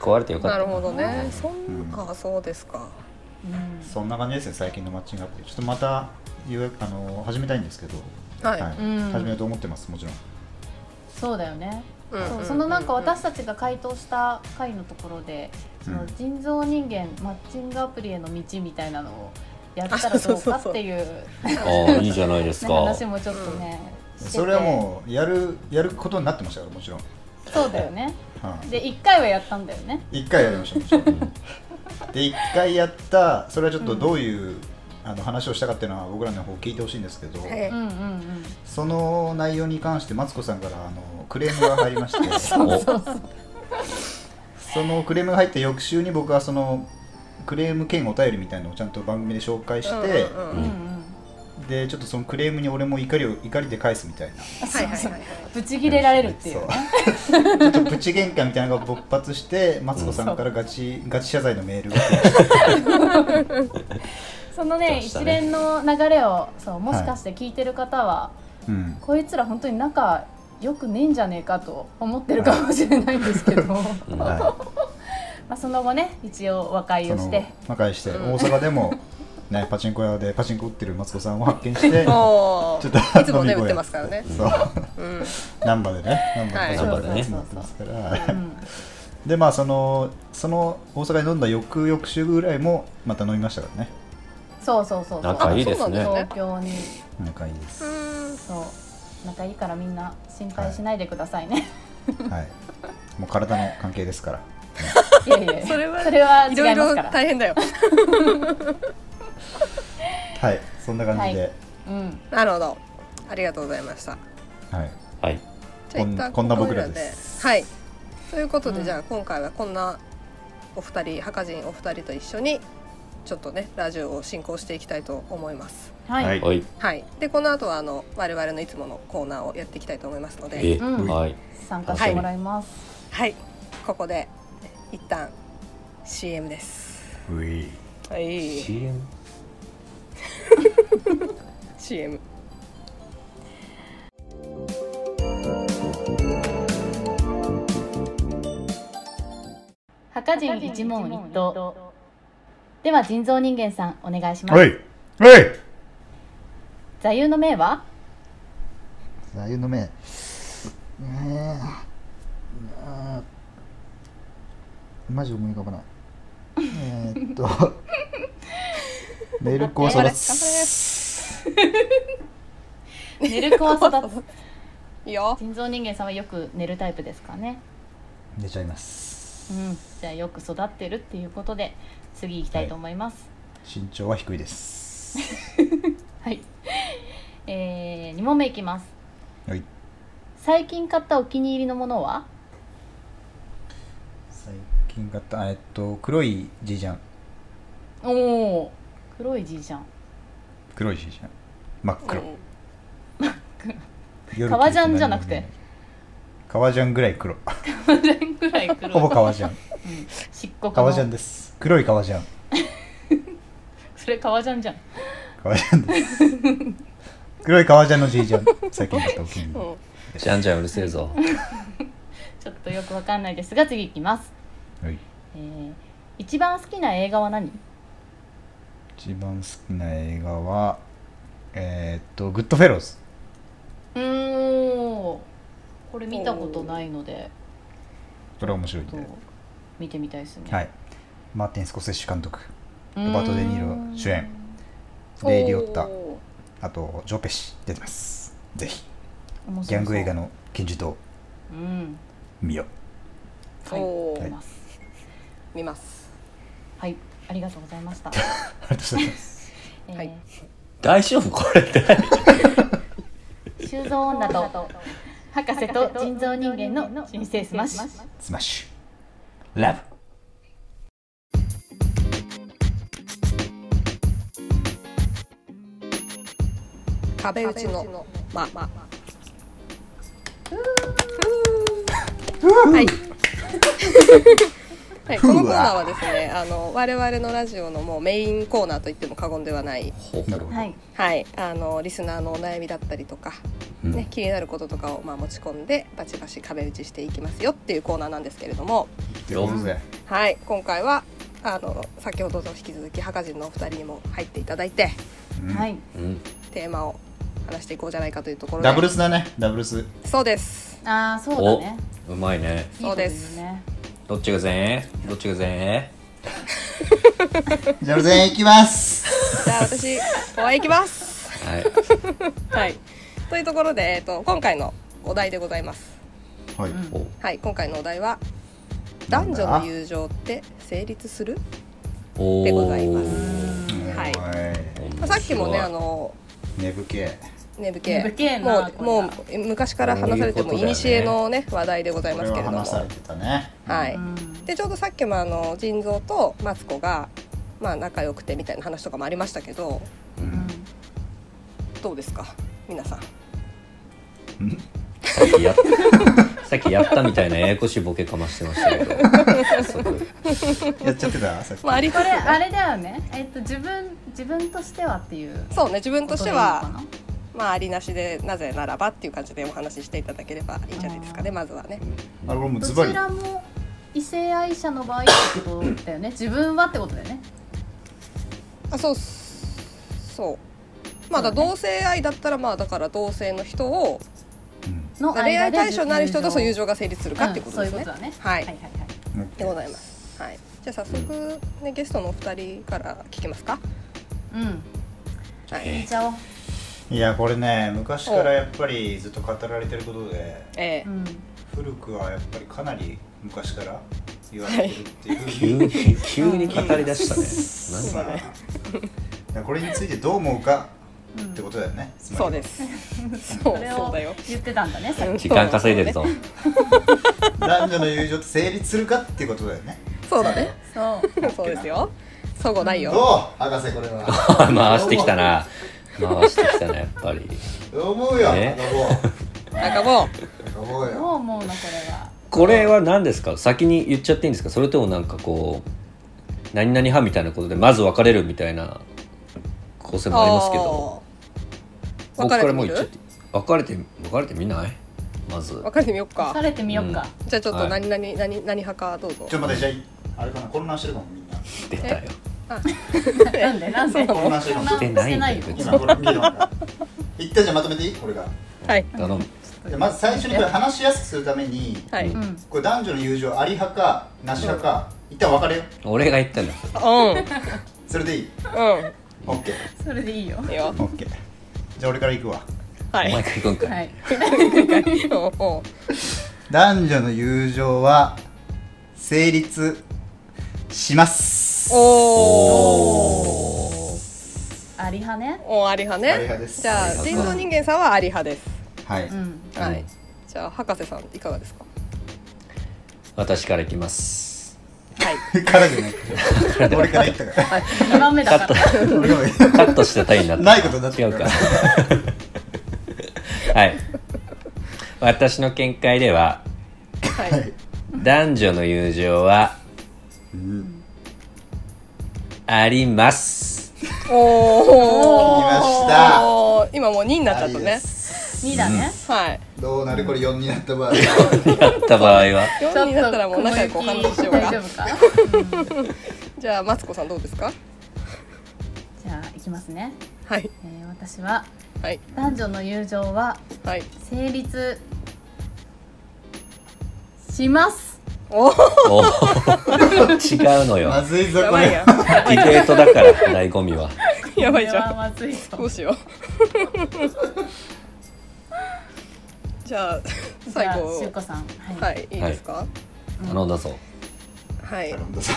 壊れてよかったなるほどどね。そんあそうですか。うんそんな感じですね最近のマッチングアプリちょっとまた予約あの始めたいんですけど、はいうん始めようと思ってますもちろんそうだよね、うんそううんそのなんか私たちが回答した回のところで、その人造人間マッチングアプリへの道みたいなのをやったらどうかっていうああいいじゃないですねか話もちょっとね、しててそれはもうやるやることになってましたからもちろん、そうだよねはいで1回はやったんだよね一回やりましたもちろんうんで1回やったそれはちょっとどういう、あの話をしたかっていうのは僕らの方聞いてほしいんですけど、はいうんうんうんその内容に関してマツコさんからあのクレームが入りましてそおのクレームが入った翌週に僕はそのクレーム兼お便りみたいのをちゃんと番組で紹介して、うんうんうんうんうんでちょっとそのクレームに俺も怒りを怒りで返すみたいなはいはいはいはいブチギレられるっていうねそう ちょっとプチ喧嘩みたいなのが勃発してマツコさんからガチガチ謝罪のメールが来ましたそのそうねでした一ね連の流れをそうもしかして聞いてる方は、うんこいつら本当に仲良くねえんじゃねえかと思ってるかもしれないんですけど、うんは まあその後ね一応和解い、そをしのて和解して大阪でも、ね、パチンコ屋でパチンコ打ってるマツコさんを発見 してちょおっーといつもね飲み声売ってますからねそううん難波でねはい難波でパチンコ屋でいつもそやうっそてうそうますから、うんでまあそのその大阪に飲んだ翌々週ぐらいもまた飲みましたからねそうそうそうそう仲いいですあねそうなんだ東京に仲いいです、うんそう仲いいからみんな心配しないでくださいね、はいもう体の関係ですからい、やいやいやそれはそれはいろ違いいますろから大変だよはいそんな感じで、うんなるほどありがとうございましたはい、はいじゃあこん一旦こんな僕ここらですはいということで、うんじゃあ今回はこんなお二人ハカジンお二人と一緒にちょっとねラジオを進行していきたいと思いますはい、はいはいはいでこの後はあの我々のいつものコーナーをやっていきたいと思いますのでえうんはい参加してもらいます、はいここで一旦 CM ですういはい CM CM はかじん一問一答では人造人間さんお願いします、おいおい座右の銘は座右の銘ねえあーマジ思い浮かばないえーっとメルコを育つ寝る子は育つ いいよ人造人間さんはよく寝るタイプですかね寝ちゃいますうんじゃあよく育ってるっていうことで次行きたいと思います身長は低いですはい、えー、2問目いきますはい最近買ったお気に入りのものは最近買ったあえっと黒いじいちゃんおお黒いじいちゃ ん黒いじいちゃん真っ黒うん夜革ジャンじゃなくて革ジャンぐらい黒ぐらい黒いほぼ革ジャンうん、漆黒の革ジャンです黒い革ジャンそれ革ジャンじゃん革ジャンです。黒い革ジャンのじいちゃん、最近買ったお気に入じゃんじゃんうるせえぞちょっとよくわかんないですが次いきます、り。はい。えー、一番好きな映画は何一番好きな映画は、えーっと、グッドフェローズ。うんこれ見たことないのでこれ面白いんちょっでと。見てみたいですね、はい。マーティン・スコセッシュ監督、ロロバート・デ・ニーロ主演、レイ・リオッタ、おあと、ジョーペシ出てます。ぜひ、ギャング映画の金字塔、うん見よーはいおー、は見います見ますはい、ありがとうございました。う。ありがとうございます。えーはい大丈夫これで修造女と博士と人造人間の人生スマッシュ。スマッシュ。ラブ壁打ちのままはい。 はい、このコーナーはですね、あの我々のラジオのもうメインコーナーと言っても過言ではない、なるほど。はい、はい、あのリスナーのお悩みだったりとか、うんね気になることとかをまあ持ち込んでバチバチ壁打ちしていきますよっていうコーナーなんですけれども、ということで、はい、今回はあの先ほどと引き続きハカ人のお二人にも入っていただいてはいうんテーマを話していこうじゃないかというところでダブルスだねダブルスそうですああそうだおねうまいねいいこと言そうですねどっちが前どっちが前じゃあ全員いきますじゃあ私応援いきますはいはいというところで、えっと、今回のお題でございますはい、おはい今回のお題はな男んだ女の友情って成立するおーでございますはいいまあさっきもねあの寝ぶけねぶけねぶけなもうこれは、もう昔から話されてもこういいうことだよねにしえのね話題でございこまれすけれはども話されてたねはいうんでちょうどさっきもあの腎臓とマツコが、まあ、仲良くてみたいな話とかもありましたけどうんどうですか皆さんんさっきやったさっきやったみたいなややこしいボケかましてましたけどすごいやっちゃってたさっきまあありつこつれあれだよねえっと自分自分としてはっていうそうね自分としては、ことでいいのかまあ、ありなしでなぜならばっていう感じでお話ししていただければいいんじゃないですかねまずはねあれこれもうなズどバちリらも異性愛者の場合ってことだ よね自分はってことだよねあそうっすそうまあだから同性愛だったらまあだから同性の人をうんの恋愛対象になる人とそう友情情が成立するかっていうことですうんそういうことねだねはいはいはいはいでございますはいじゃあ早速ねゲストのお二人から聞きますかうんはいえ聞いちゃおういやこれね昔からやっぱりずっと語られてることでええうん古くはやっぱりかなり昔から言われてるっていう、急に急に語り出したねまあいやこれについてどう思うかうんってことだよね、つまりそうです。そう、それそうをだよ。言ってたんだねさっ何 時間稼いでるぞ男女の友情って成立するかってことだよねそうだね。きそう そうですよ。そごないどうよ。博士これは回してきたな回してきたなやっぱりどう思うよねなんかもどう思うどうよ思うのこれはこれは何ですか先に言っちゃっていいんですかそれともなんかこう何々派みたいなことでまず別れるみたいな構成う。もありますけどあー僕からもう別言れっちてゃみっるて別れて別れてみないまず分かれてみよっか疲。れてみようかじゃあちょっはとい何何何何派かどうぞちょ。っと待ってじゃああれかな混乱してるかもみんな出たよなんでなんで混乱してるかも 混乱してないんだしてよ別よ今にこれ議論が一旦じゃあまとめていいこれがはい。頼むでまず最初にこれ話しやすくするためにはい。うん。うんこれ男女の友情あり派かなし派か、一旦別れよう俺が言ったんだそれでいいうん。 OK それでいいよいいよ。 OK じゃあ俺から行くわはお前い。から行くんかい、はい おうおう男女の友情は成立しますおーアリ派ねおー。アリ派ね。アリ派ですじゃあアリ人派造人間さんはアリ派です。はい、 うんはい。じゃあ博士さんいかがですか。私から行 きますはい。からじゃない 俺から言ったから2番目カだかットら俺が言っカットした体になたったないことになって違うるか はい私の見解ではははいい。男女の友情はうんありますおお。来ましたおー今もう二になっちゃったありでね。す2だねはい。どうなるこれ4になった場合やった場合はちょ四っにとなったらもう仲良くお話ししよう大丈か。夫かじゃあマツコさんどうですか。じゃあいきますね、はいえー私ははい男女の友情ははい。成立しますおーお違うのよまずいぞやこばいれやディベートだから醍醐味はやばいじゃこれん。はまずいぞどうし よう。じゃあ最後じゃあしゅうこさんはい、はいいいですか。頼んだぞはい、頼んだぞ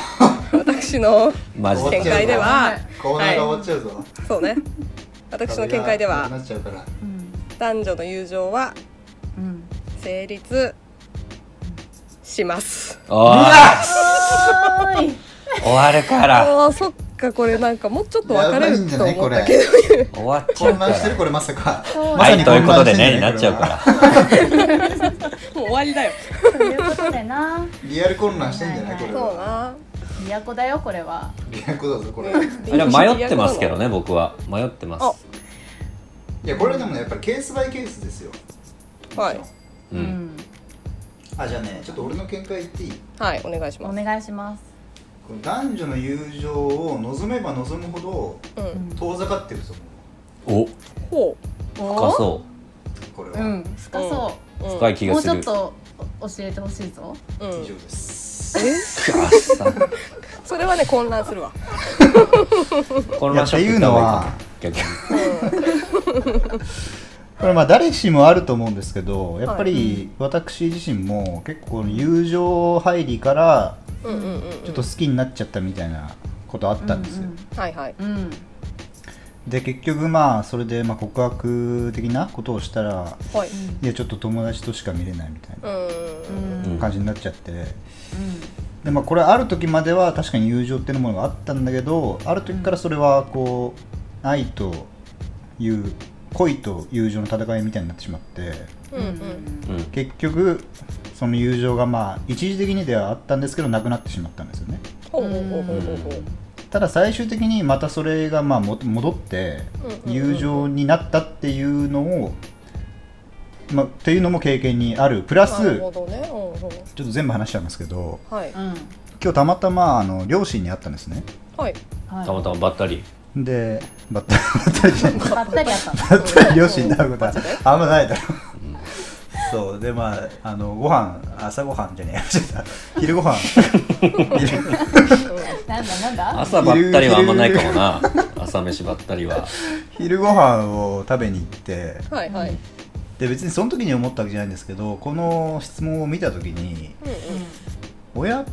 私のマジ見で解では コーナーが終わっちゃうぞそうね。私の見解で壁がはなくなっちゃうからうん男女の友情はうん、成立します。おおーーい終わるからああそっかこれなんかもうちょっと別れやばいんるじゃとない思こっれたけど。終わっちゃう混か乱してらるこれまさかまはさいにという混こと乱でしてねるにんだなっちゃうかこれはもらう終わりだよ。ということでなリアル混乱してんじゃないこそれうはな。都だよこれはリアルだぞこれあでも迷ってますけどね僕は迷ってますいやこれでもねやっぱりケースバイケースですよはいうん、うん、あじゃあねちょっと俺の見解言っていいはいお願いしおます。願いしますこの男女の友情を望めば望むほううんんど遠ざかってると思おほ深そうこれうは、ん深そう、ううん深いう気もがうすちょるっと教えてほしいぞうん以上ですえガッサそれはね混乱するわこのままショック行った方がいいかも逆にこれまあ誰しもあると思うんですけどやっぱり私自身も結構この友情入りからうんうんうんちょっと好きになっちゃったみたいなことあったんですよ、はいはいうんうんで結局まあそれでまあ告白的なことをしたらはいいやちょっと友達としか見れないみたいううんうんんうんな感じになっちゃって、うんでまあこれある時までは確かに友情っていうものがあったんだけどある時からそれはこう愛という恋と友情の戦いみたいになってしまってうんうんうん結局その友情がまあ一時的にではあったんですけどなくなってしまったんですよねほうほうほうほうほうほうただ最終的にまたそれがまあも戻ってうん友情になったっていうのを、まあ、っていうのも経験にあるプラなるスほどねうんうんちょっと全部話しちゃうんですけどはいうん今日たまたまあの両親に会ったんですねはいはいたまたまばったりでバッ タバッタリじゃないばったりやったの バッタリ両親に会うことはあんまないだろそうでまああのご飯朝ご飯じゃねえちょっと 昼ご飯昼なんだなんだ朝ばったりはあんまないかもな朝飯ばったりは昼ご飯を食べに行ってはいはいで別にその時に思ったわけじゃないんですけどこの質問を見た時にうんうんうん親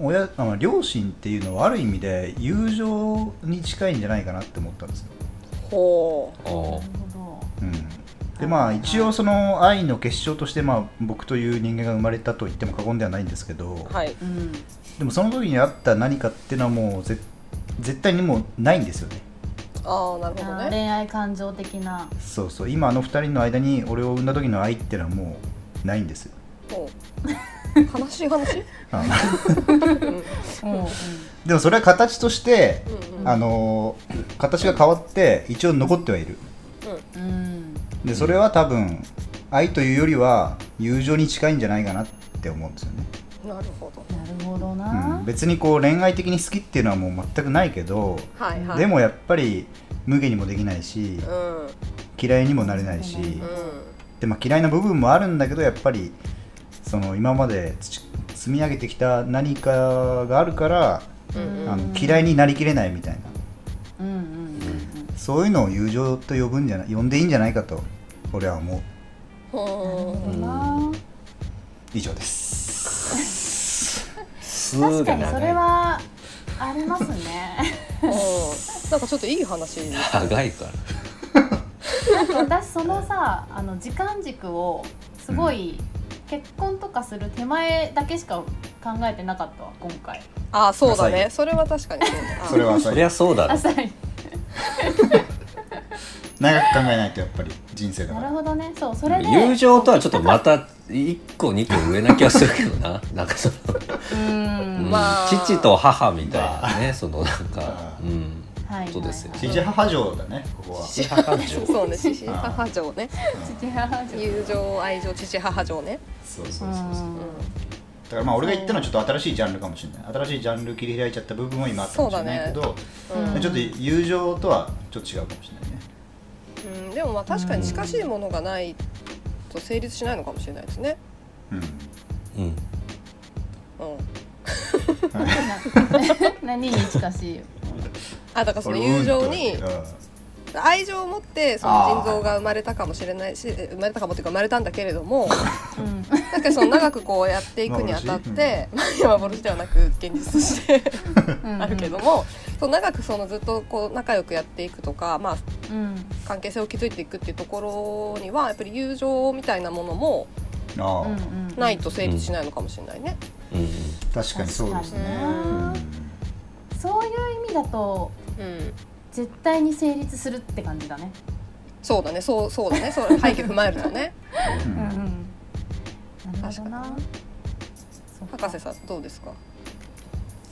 親あの両親っていうのはある意味で友情に近いんじゃないかなって思ったんですよ、ほおーなるほうん、でまあはいはい一応その愛の結晶として、まあ、僕という人間が生まれたと言っても過言ではないんですけど、うはいどうんでもその時にあった何かっていうのはもうぜ絶対にもうないんですよねああなるほあどー恋ね愛感情的なそうそう今あの2人の間に俺を産んだ時の愛っていうのはもうないんですよほう悲しい話あ うんうんでもそれは形としてう、んうんあのー形が変わって一応残ってはいるうんでそれは多分愛というよりは友情に近いんじゃないかなって思うんですよね、なるほどなるほどう、なん別にこう恋愛的に好きっていうのはもう全くないけど、はいはいでもやっぱり無下にもできないしうん嫌いにもなれないし、うんでまあ、嫌いな部分もあるんだけどやっぱりその今までつち積み上げてきた何かがあるから、うんあの嫌いになりきれないみたいなうんうんうんそういうのを友情と呼ぶんじゃない呼んでいいんじゃないかと俺は思うほうんな以上です すー確かがに長いそれはありますねううんなんかちょっといい話長いからなんか私そのさあの時間軸をすごい結婚とかする手前だけしか考えてなかったわ今回ああそうだダサねいそれは確かにそうだあーそれはそ浅りいゃそうだろ朝に長く考えないとやっぱり人生だかなるらほどねそうそれで友情とはちょっとまた1個2個上な気がするけどななんかその、うんうんまあ父と母みたいなねそのなんかあーうんはいそうですよはい父母嬢だねここは父母情そうね父母情ね父母情友情愛情父母情ねそううそんうそうそうだからまあ俺が言ったのはちょっと新しいジャンルかもしれない新しいジャンル切り開いちゃった部分は今あったかもしれないけど、うだねちょっと友情とはちょっと違うかもしれないねうんでもまあ確かに近しいものがないと成立しないのかもしれないですねうん うんうんな何に近しいよあだからその俺友情うにんとか言って愛情を持ってその腎臓が生まれたかもしれないしえ生まれたかもというか生まれたんだけれどもうんなんかその長くこうやっていくにあたってまあ今幻ではなく現実として あるけども、そう長くそのずっとこう仲良くやっていくとか、まあ、うん関係性を築いていくっていうところにはやっぱり友情みたいなものもうんああ、うんうんないと成立しないのかもしれないね。うんうん確かにそうです確かねにねそういう意味だとうん、絶対に成立するって感じだねそうだね、そうそうだね、そう背景踏まえると ね。ううんんうんなるほどな確かにそっか博士さんどうですか？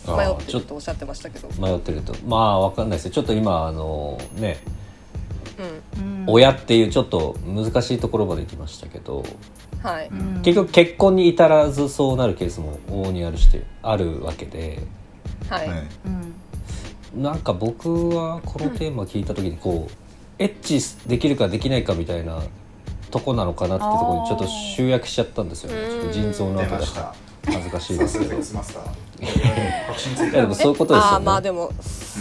あ迷ーってちょるっととおっしゃってましたけど。迷ってるとまあわかんないですよちょっと今あのねううん親っていうちょっと難しいところまで来ましたけどん、はい。ううん結局結婚に至らずそうなるケースも往々にあるしてあるわけではい、はいうんなんか僕はこのテーマ聞いた時にこうエッチできるかできないかみたいなとこなのかなってとこにちょっと集約しちゃったんですよねちょっと腎臓の出後までした恥ずかしいさですすが フけどェイスマスター確信ついいやでもたそういうことですあよあまあねでも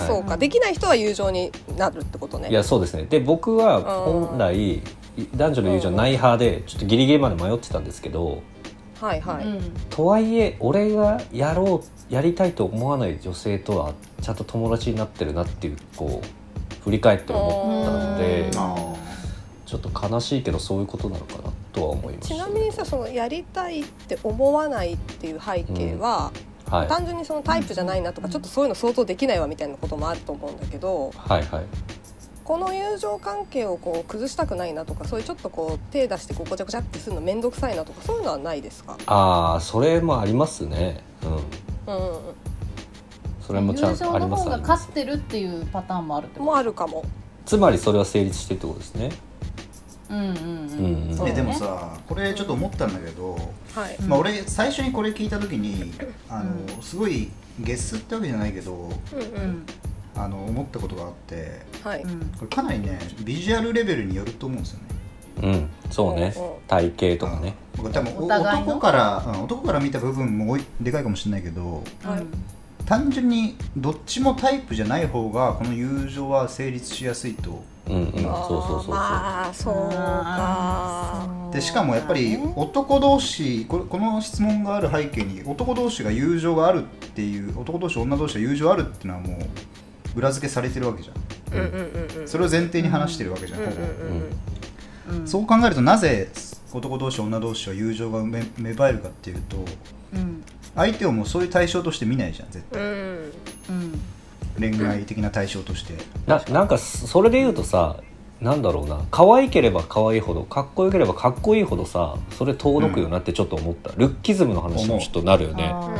そうか、できない人は友情になるってことねいやそうですねで僕は本来い男女の友情はない派でちょっとギリギリまで迷ってたんですけどはいはい、うんとはいえ俺がやろうやりたいと思わない女性とはちゃんと友達になってるなっていうこう振り返って思ったのうでんあーちょっと悲しいけどそういうことなのかなとは思いましたちね、なみにさそのやりたいって思わないっていう背景は、はい、単純にそのタイプじゃないなとか、うんちょっとそういうの想像できないわみたいなこともあると思うんだけどはいはいこの友情関係をこう崩したくないなとかそういうちょっとこう手出してこうごちゃごちゃってするの面倒くさいなとかそういうのはないですか、ああそれもありますねうんうんうんそれもちゃん友とあ情りのます方がありま勝すってるっていうパターンもあるってうん、こもあるかも。つまりそれは成立してるってことですねとうんうんうんうんそうえねでもさこれちょっと思ったんだけど、はい、うんまあ、俺最初にこれ聞いた時にあの、うすごいゲスってわけじゃないけどうんううんんあの思ったことがあってはいうんこれかなりねビジュアルレベルによると思うんですよねうんそうねうんうん体型とかねうん僕多分おお互いの男から、うん男から見た部分も多いでかいかもしれないけどはい単純にどっちもタイプじゃない方がこの友情は成立しやすいとうんうんそうあーそうそうそうまあそうあかーでしかもやっぱりそう男同士これこの質問がある背景に男同士が友情があるっていう男同士女同士が友情あるっていうのはもう裏付けされてるわけじゃうんうんうんうんんそれを前提に話してるわけじゃん、うんうんほうだんねぼそう考えるとなぜ男同士女同士は友情がめ芽生えるかっていうとうん相手をもうそういう対象として見ないじゃん絶う対んうん恋愛的な対象として、ななんかそれで言うとさなんだろうな可愛ければ可愛いほどかっこよければかっこいいほどさそれ遠のくよなってちょっと思った、ルッキズムの話にもちょっとなるよね、あ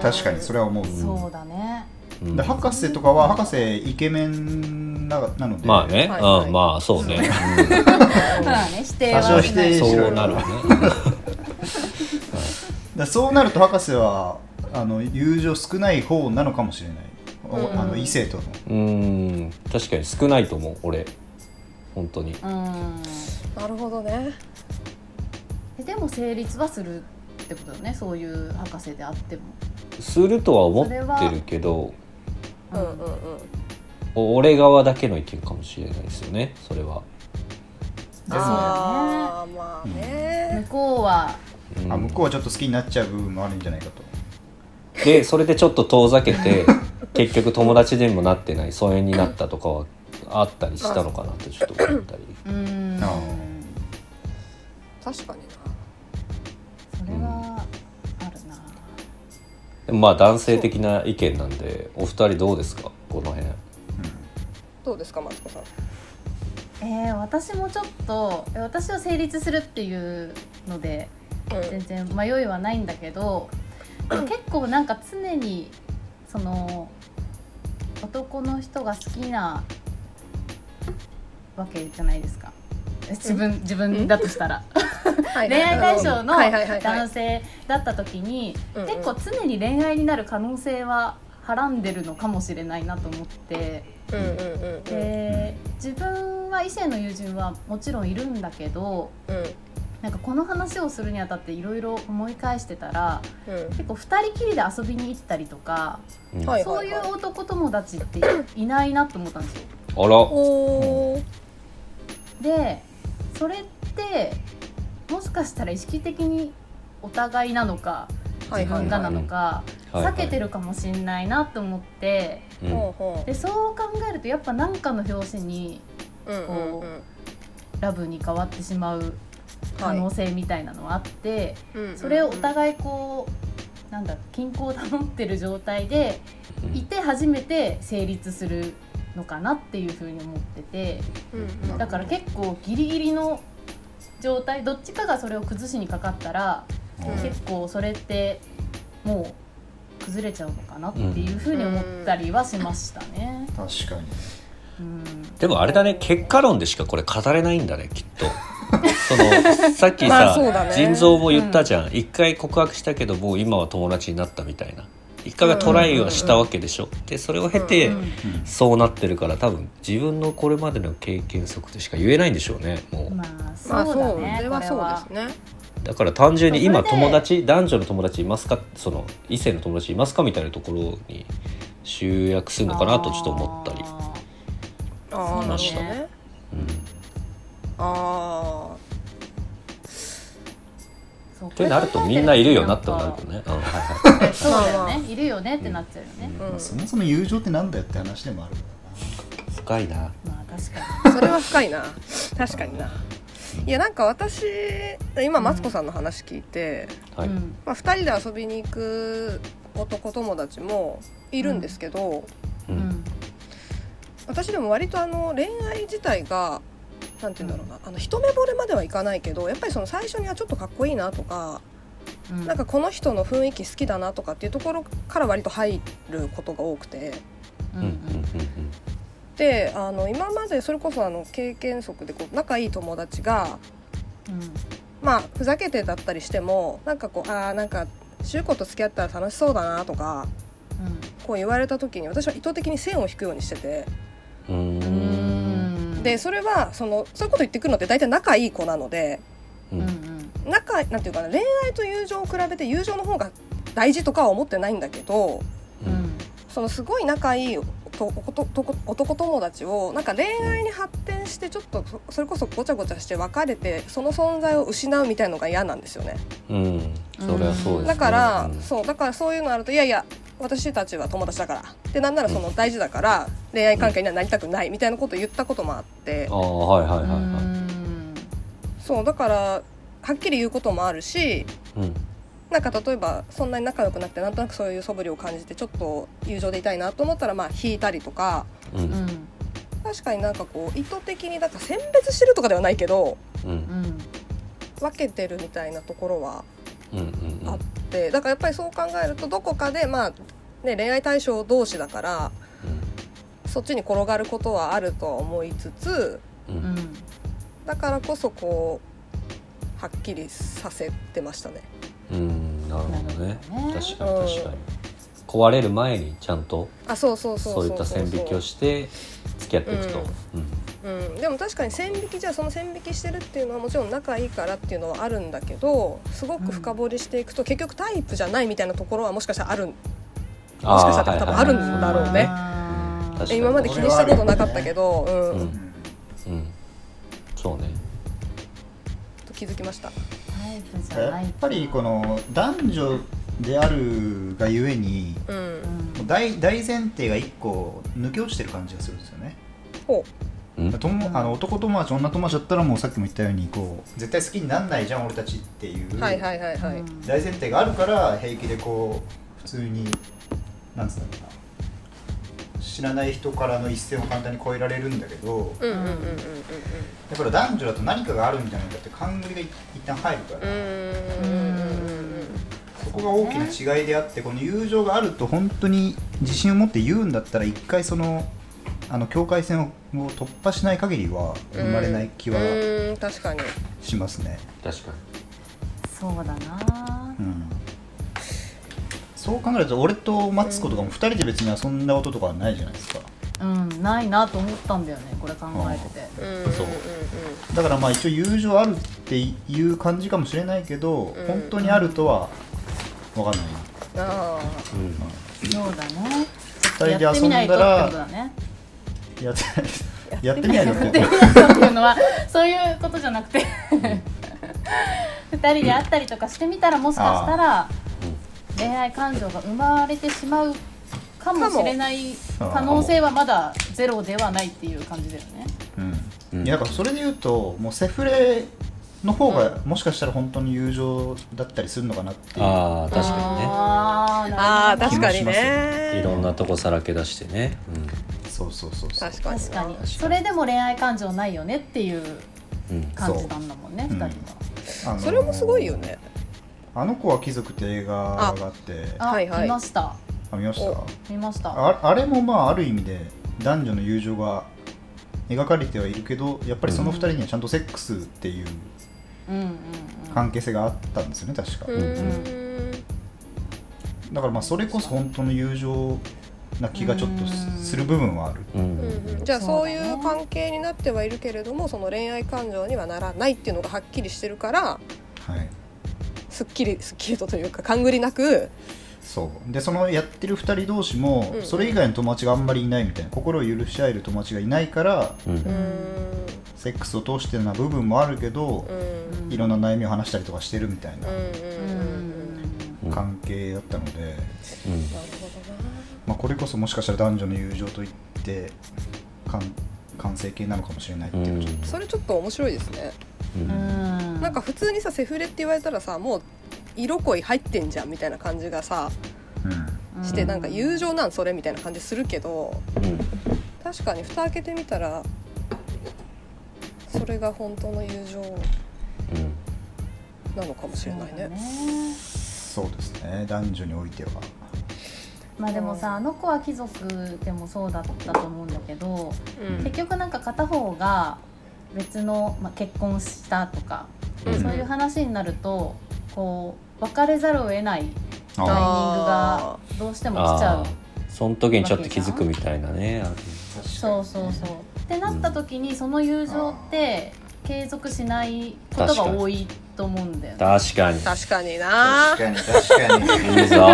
ー確かにそれは思う、そうだねうんで博士とかは博士イケメンななので、まあはね、いはいうんまあそうね、まあね否定多は少し否ない定うんしそろうそうなるよねだそうなると博士はあの友情少ない方なのかもしれない、おうんあの異性とのうん確かに少ないと思う俺本当にうんなるほどねえでも成立はするってことだよねそういう博士であってもするとは思ってるけどうんうんうんお俺側だけの意見かもしれないですよねそれは、でもあああまあ向ね、こうはうん向こうはちょっと好きになっちゃう部分もあるんじゃないかとでそれでちょっと遠ざけて結局友達でもなってない疎遠になったとかはあったりしたのかなってちょっと思ったりうんあ確かにそれはあるなでもまあ男性的な意見なんでお二人どうですかこの辺どうですかマツコさんえー、私もちょっとえ私は成立するっていうので全然迷いはないんだけど結構なんか常にその男の人が好きなわけじゃないですかえ自分自分だとしたら はい恋愛対象のはいはいはいは男い性だった時にうんうん結構常に恋愛になる可能性ははらんでるのかもしれないなと思って。うんうんうんで自分は異性の友人はもちろんいるんだけどうんなんかこの話をするにあたっていろいろ思い返してたらうん結構2人きりで遊びに行ったりとか、うんはいそういう男友達っていないなと思ったんですよ。あらおおでそれってもしかしたら意識的にお互いなのかは自いはい分がなはのか避けてる、るかもしんないなと思っていうんほうほでそう考えるとやっぱ何かの表紙にううんうんうんラブに変わってしまう可能性みたいなのはあって、はいそれをおい互いこうなんだ均衡を保ってる状態でいて初めて成立するのかなっていうふうに思っててうんうんだから結構ギリギリの状態どっちかがそれを崩しにかかったら、うんうん結構それってもう崩れちゃうのかなっていうふうに思ったりはしましたね。確かにうんでもあれだね結果論でしかこれ語れないんだねきっとそのさっきまあさ、そうだね腎臓も言ったじゃん一、回告白したけどもう今は友達になったみたいな一回はトライをしたわけでしょでそれを経てうんそうなってるから多分自分のこれまでの経験則としか言えないんでしょうねもうまあまあそそううだそねれこはれそうですねだから単純に今それで友達男女の友達いますかその異性の友達いますかみたいなところに集約するのかなとちょっと思ったり、あーああなるそほどうだねねうん、ああそうというなるとみんないるよなってなるとね、うんはいはい、そうだよまあねいるよねってなっちゃうよね、うんまあそもそも友情ってなんだよって話でもあるか深いなまあ確かにそれは深いな確かにないやなんか私今マツコさんの話聞いて、はい、うんまあ、2人で遊びに行く男友達もいるんですけど、ううんん私でも割とあの恋愛自体がなんて言うんだろうな、あの一目惚れまではいかないけどやっぱりその最初にはちょっとかっこいいなとか、うんなんかこの人の雰囲気好きだなとかっていうところから割と入ることが多くて。ううんんううんんであの今までそれこそあの経験則でこう仲いい友達が、うんまあ、ふざけてだったりしてもなんかこうあーなんか柊子と付き合ったら楽しそうだなとかこう言われた時に私は意図的に線を引くようにしててうんううんんでそれはそのそういうこと言ってくるのって大体仲いい子なのでううんうんん仲なんていうかな恋愛と友情を比べて友情の方が大事とかは思ってないんだけどうんそのすごい仲いい男と男男友達をなんか恋愛に発展してちょっとそそれこそごちゃごちゃして別れてその存在を失うみたいのが嫌なんですよねうん、それはそうです、ね、だから、うんそうだからそういうのあるといやいや私たちは友達だからでなんならその大事だから恋愛関係にはなりたくないみたいなことを言ったこともあってああはいはいはいはそうだからはっきり言うこともあるしい、うんなんか例えばそんなに仲良くなくてなんとなくそういう素振りを感じてちょっと友情でいたいなと思ったらまあ引いたりとかうんうんうん確かになんかこう意図的になんか選別してるとかではないけどうんうん分けてるみたいなところはうんうんあってだからやっぱりそう考えるとどこかでまあ、ね、恋愛対象同士だからそっちに転がることはあるとは思いつつうんううんんだからこそこうはっきりさせてましたね。うんなるほどねなるほどね確かに確かに壊れる前にちゃんとあそうそうそうそそうういった線引きをして付き合っていくと、うんうん、でも確かに線引きじゃあその線引きしてるっていうのはもちろん仲いいからっていうのはあるんだけどすごく深掘りしていくと結局タイプじゃないみたいなところはもしかしたらあるんもしかしたら多分あるんだろうねあー確かに今まで気にしたことなかったけど、うんうんら、うんうん、そうねと気づきました。タイプじゃなやいっぱりこの男女であるがゆえにうんう、んもう大大前提が一個抜け落ちてる感じがするんですよねほうんともあの男友達女友達だったらもうさっきも言ったようにこう絶対好きになんないじゃん俺たちっていうう、はい大はいはいはい。うん前提があるから平気でこう普通になんつうんだろうな知らない人からの一線を簡単に越えられるんだけどうんうんうんうんうんだから男女だと何かがあるんじゃないかって冠が一旦入るから、うん。うんそこが大きな違いであってこの友情があると本当に自信を持って言うんだったら一回そのあの境界線を突破しない限りは生まれない気はうん確かに。しますね、確かそうだなうん、そう考えると俺とマツコとかも2人で別に遊んだこととかはないじゃないですかうんないなと思ったんだよねこれ考えててうんそうだからまあ一応友情あるっていう感じかもしれないけど、うん本当にあるとは分かんない、うん。あに、うんそうだね二人でやってみないとっ遊んだらてことだねやってやってみないのってっていうのはそういうことじゃなくて二人で会ったりとかしてみたらもしかしたら恋愛感情が生まれてしまうかもしれないかも可能性はまだゼロではないっていう感じだよね。う、うんんいやだからそれで言うともうセフレの方がもしかしたら本当に友情だったりするのかなっていうああ確かあーああなるほ確どかににねいろんね。なとこさらけ出してね、そうそうそうそう確かに。確かにそれでも恋愛感情ないよねっていううんうん、感じなんだもんねそ二う人は。あのーそれもすごいよね。あの子は貴族って映画があってああ、はいはい見ました見ましたお見ました。ああれもまあある意味で男女の友情が描かれてはいるけどやっぱりその2人にはちゃんとセックスっていううんうんうん。関係性があったんですよね確か、うん。だからまあそれこそ本当の友情な気がちょっとする部分はあるううんんうん、じゃあそうそだうねいう関係になってはいるけれどもその恋愛感情にはならないっていうのがはっきりしてるからはいすっきりすっきりとというか勘ぐりなくそうでそのやってる2人同士もうんそれ以外の友達があんまりいないみたいな心を許し合える友達がいないからうんうーんセックスを通してるような部分もあるけどう、んいろんな悩みを話したりとかしてるみたいなうんううんうんん関係だったので、うんなるほどなまあ、これこそもしかしたら男女の友情といって完完成形なのかもしれないっていうのはちょっそれちょっと面白いですねうんうんなんか普通にさセフレって言われたらさもう色恋入ってんじゃんみたいな感じがさと、うんしてうんなんか友情なんそれみたいな感じするけどうん確かに蓋開けてみたらそれが本当の友情うんなのかもしれないね。そうですね男女においてはまあでもさあの子は貴族でもそうだったと思うんだけどうん結局なんか片方が別の、まあ、結婚したとか、うんそういう話になるとこう別れざるを得ないタイミングあがどうしても来ちゃあうあその時にちょっと気づくみたいなねあるそうそうそう。ってなった時にその友情って継続しないことが多いと思うんだよね。確かに確かになかに確かにいいぞ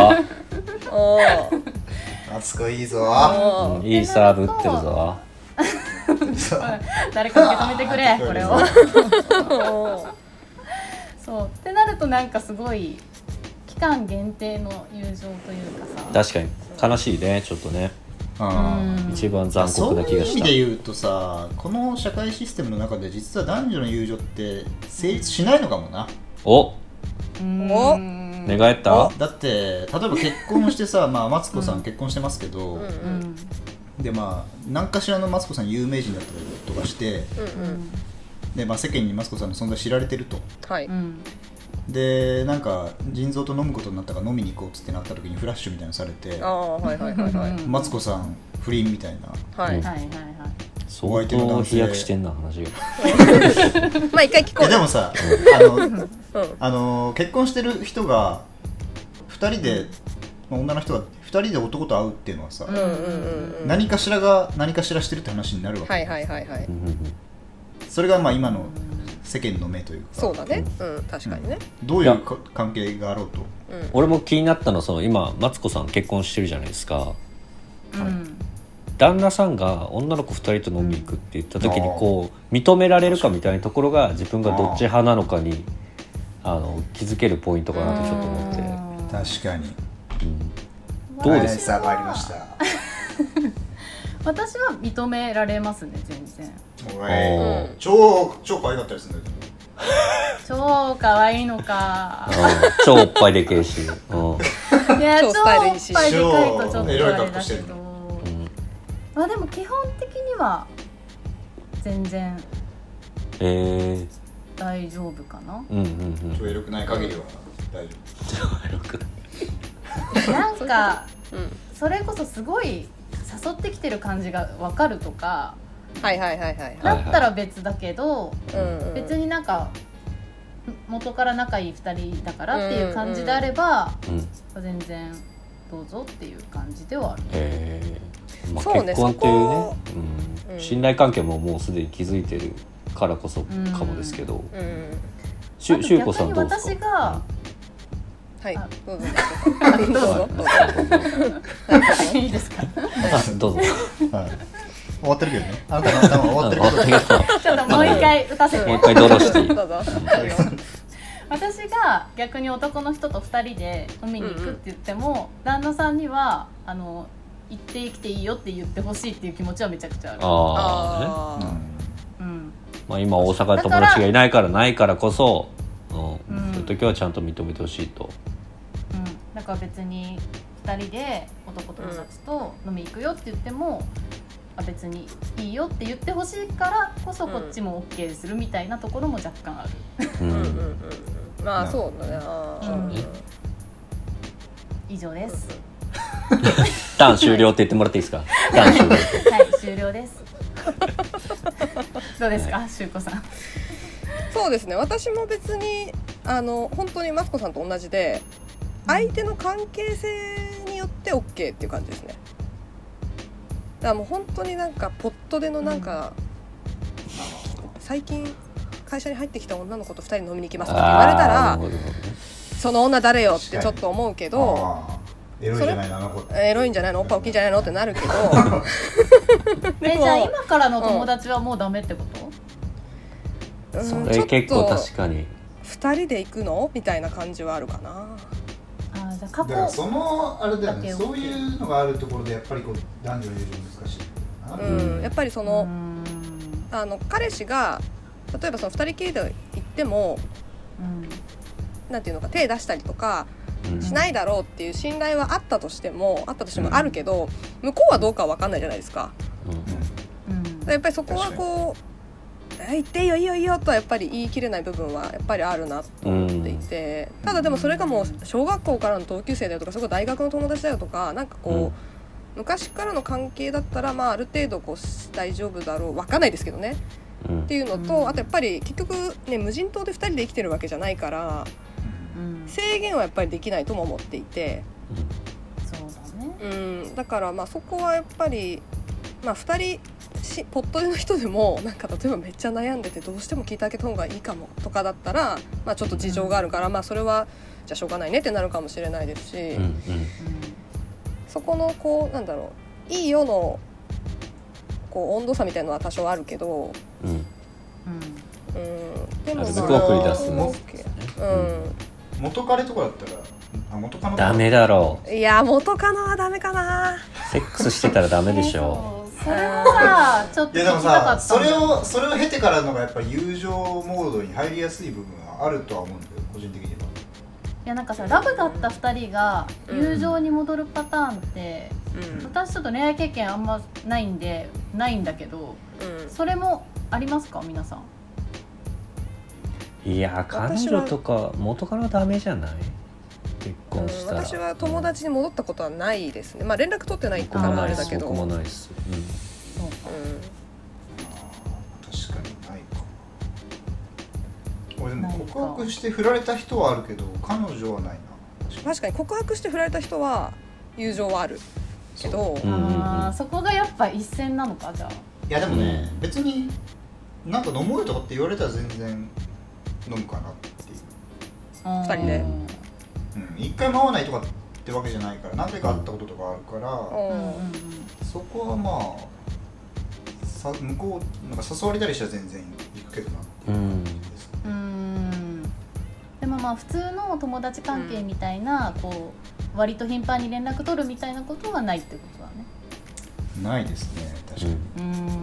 おーあつこいいぞおうんーいいサーブ打ってるぞ誰か受け止めてくれこれを。おーそうってなるとなんかすごい期間限定の友情というかさ。確かに悲しいねちょっとねうん一番残酷な気がしそういう意味でた言うとさこの社会システムの中で実は男女の友情って成立しないのかもなおおうん寝返っただって例えば結婚して さまあマツコさん結婚してますけど、うんううんんでまあ何かしらのマツコさん有名人だったりとかしてうんううんんで、まあ、世間にマツコさんの存在知られてるとはいうんでなんか腎臓と飲むことになったから飲みに行こうっつってなった時にフラッシュみたいなのされてああはいはいはいはいうんマツコさん不倫みたい なはいはいはいはい。相当飛躍してんな話がまあ一回聞こえうでよも さあのうんあの結婚してる人が2人で、まあ、女の人が2人で男と会うっていうのはさ、うんうんうんうんうん何かしらが何かしらしてるって話になるわけ、はいはいはいはいうんうんうんそれがまあ今の世間の目というかそうだねうん確かにねどういうか関係があろうとうん俺も気になったのはその今マツコさん結婚してるじゃないですかうん旦那さんが女の子2人と飲みに行くって言った時にこう認められるかみたいなところが自分がどっち派なのかにあの気づけるポイントかなとちょっと思って、確かにうんうんどうです私はた私は認められますね全然。おおー超超可愛かったですね超可愛いの か。うん超おっぱいでけえし、うんうんいや超超スタイいルいいしっぱいでかいとちょっとあれだけどまあでも基本的には全然えー、大丈夫かなうんうんエロくない限りは大丈なんかうんそれこそすごい誘ってきてる感じが分かるとかはいはいはいはいはだったら別だけどいうんうん別になんか元から仲いい2人だからっていう感じであればうんうん全然どうぞっていう感じではあるえーまあ、そうね結婚っていうそこね、ううんん、信頼関係ももうすでに築いてるからこそかもですけど、うんしゅしゅうこさんどうです逆に私かがはいあどうぞどうどうぞぞどうぞいいですかあ どうぞ夫、はい、終わってるけどねあなたの頭終わってるけどちょっともう一回打たせてもう一回ドロシテどィうぞ私が逆に男の人と2人で飲みに行くって言っても、旦那さんにはあの行って生きていいよって言ってほしいっていう気持ちはめちゃくちゃあるああ、ねうあんまあ、今大阪で友達がいないからないからこそ、うんうんそういう時はちゃんと認めてほしいと、うん、だから別に2人で男友達と飲み行くよって言っても、あ別にいいよって言ってほしいからこそこっちも OK するみたいなところも若干ある、ーううんんうんうんうんまあそうだねあーうんうん以上です、段終了って言ってもらっていいです か段終了はい終了ですどうですか、しゅうこさんそうですね私も別にあの本当にマツコさんと同じで相手の関係性によって OK っていう感じですねだからもう本当になんかポットでのなんか、最近会社に入ってきた女の子と2人飲みに行きますって言われたらあーなるほどなるほどその女誰よってちょっと思うけどあーエロいじゃないなあの子エロいんじゃないのおっぱい大きいんじゃないのってなるけ どえでじゃあも今からの友達はもうダメってこと、うんそちょれっ結構と確かに2人で行くのみたいな感じはあるかなああじゃあ過だからそ去のあれだよだけねをそういうのがあるところでやっぱりこう男女の友情難しいなうん、やっぱりその、うーんあの彼氏が例えばその2人きりで行ってもうんなんていうのか手出したりとかうんしないだろうっていう信頼はあったとしてもあったとしてもあるけど、向こうはどうかは分かんないじゃないですか。うんうんやっぱりそこはこう「え行っていいよいいよいいよ」とはやっぱり言い切れない部分はやっぱりあるなと思っていて、ただでもそれがもう小学校からの同級生だよとかそこ大学の友達だよとかなんかこう。うん昔からの関係だったら、まあ、ある程度こう大丈夫だろう分かんないですけどねうんっていうのうんとあとやっぱり結局、ね、無人島で2人で生きてるわけじゃないからうんそう制限はやっぱりできないとも思っていて、だねうん、だからまあそこはやっぱり、まあ、2人しポットでの人でもなんか例えばめっちゃ悩んでてどうしても聞いてあげた方がいいかもとかだったら、まあ、ちょっと事情があるから、まあ、それはじゃあしょうがないねってなるかもしれないですし、うんそこのこうなんだろういいよのこう温度差みたいのは多少あるけど、うんうんうんうん、でもなるべまく送り出すそのうん元彼とかだったらあ元カノとかダメだろいや元カノはダメかなうセックスしてたらダメでしょえーそうそれはさちょっいと聞きやでたもかさったそんだれをそれを経てからのがやっぱり友情モードに入りやすい部分はあるとは思うんだよ個人的にはいやなんかさラブだった2人がうん友情に戻るパターンって、うん私ちょっと恋愛経験あんまないんでないんだけどそれもありますか皆さんいや彼私女はとか元からダメじゃない結婚しうん、たら私は友達に戻ったことはないですねまあ連絡取ってない僕かもらなあいれでだすけど僕もないですそうかあー確かにないか俺でないもか告白して振られた人はあるけど彼女はないな確かに確かに告白して振られた人は友情はあるけどうんうんあーそこがやっぱ一線なのかじゃあいやでもね、うん別になんか飲もうよとかって言われたら全然飲むかなっていう二人でうん一回も会わないとかってわけじゃないから何回か会ったこととかあるから、うんうんうんそこはまあさ向こうなんか誘われたりしたら全然行くけどなっていう感じです、うんうんでもまあ普通の友達関係みたいな、こう割と頻繁に連絡取るみたいなことはないってことだねないですね確かうに、んうん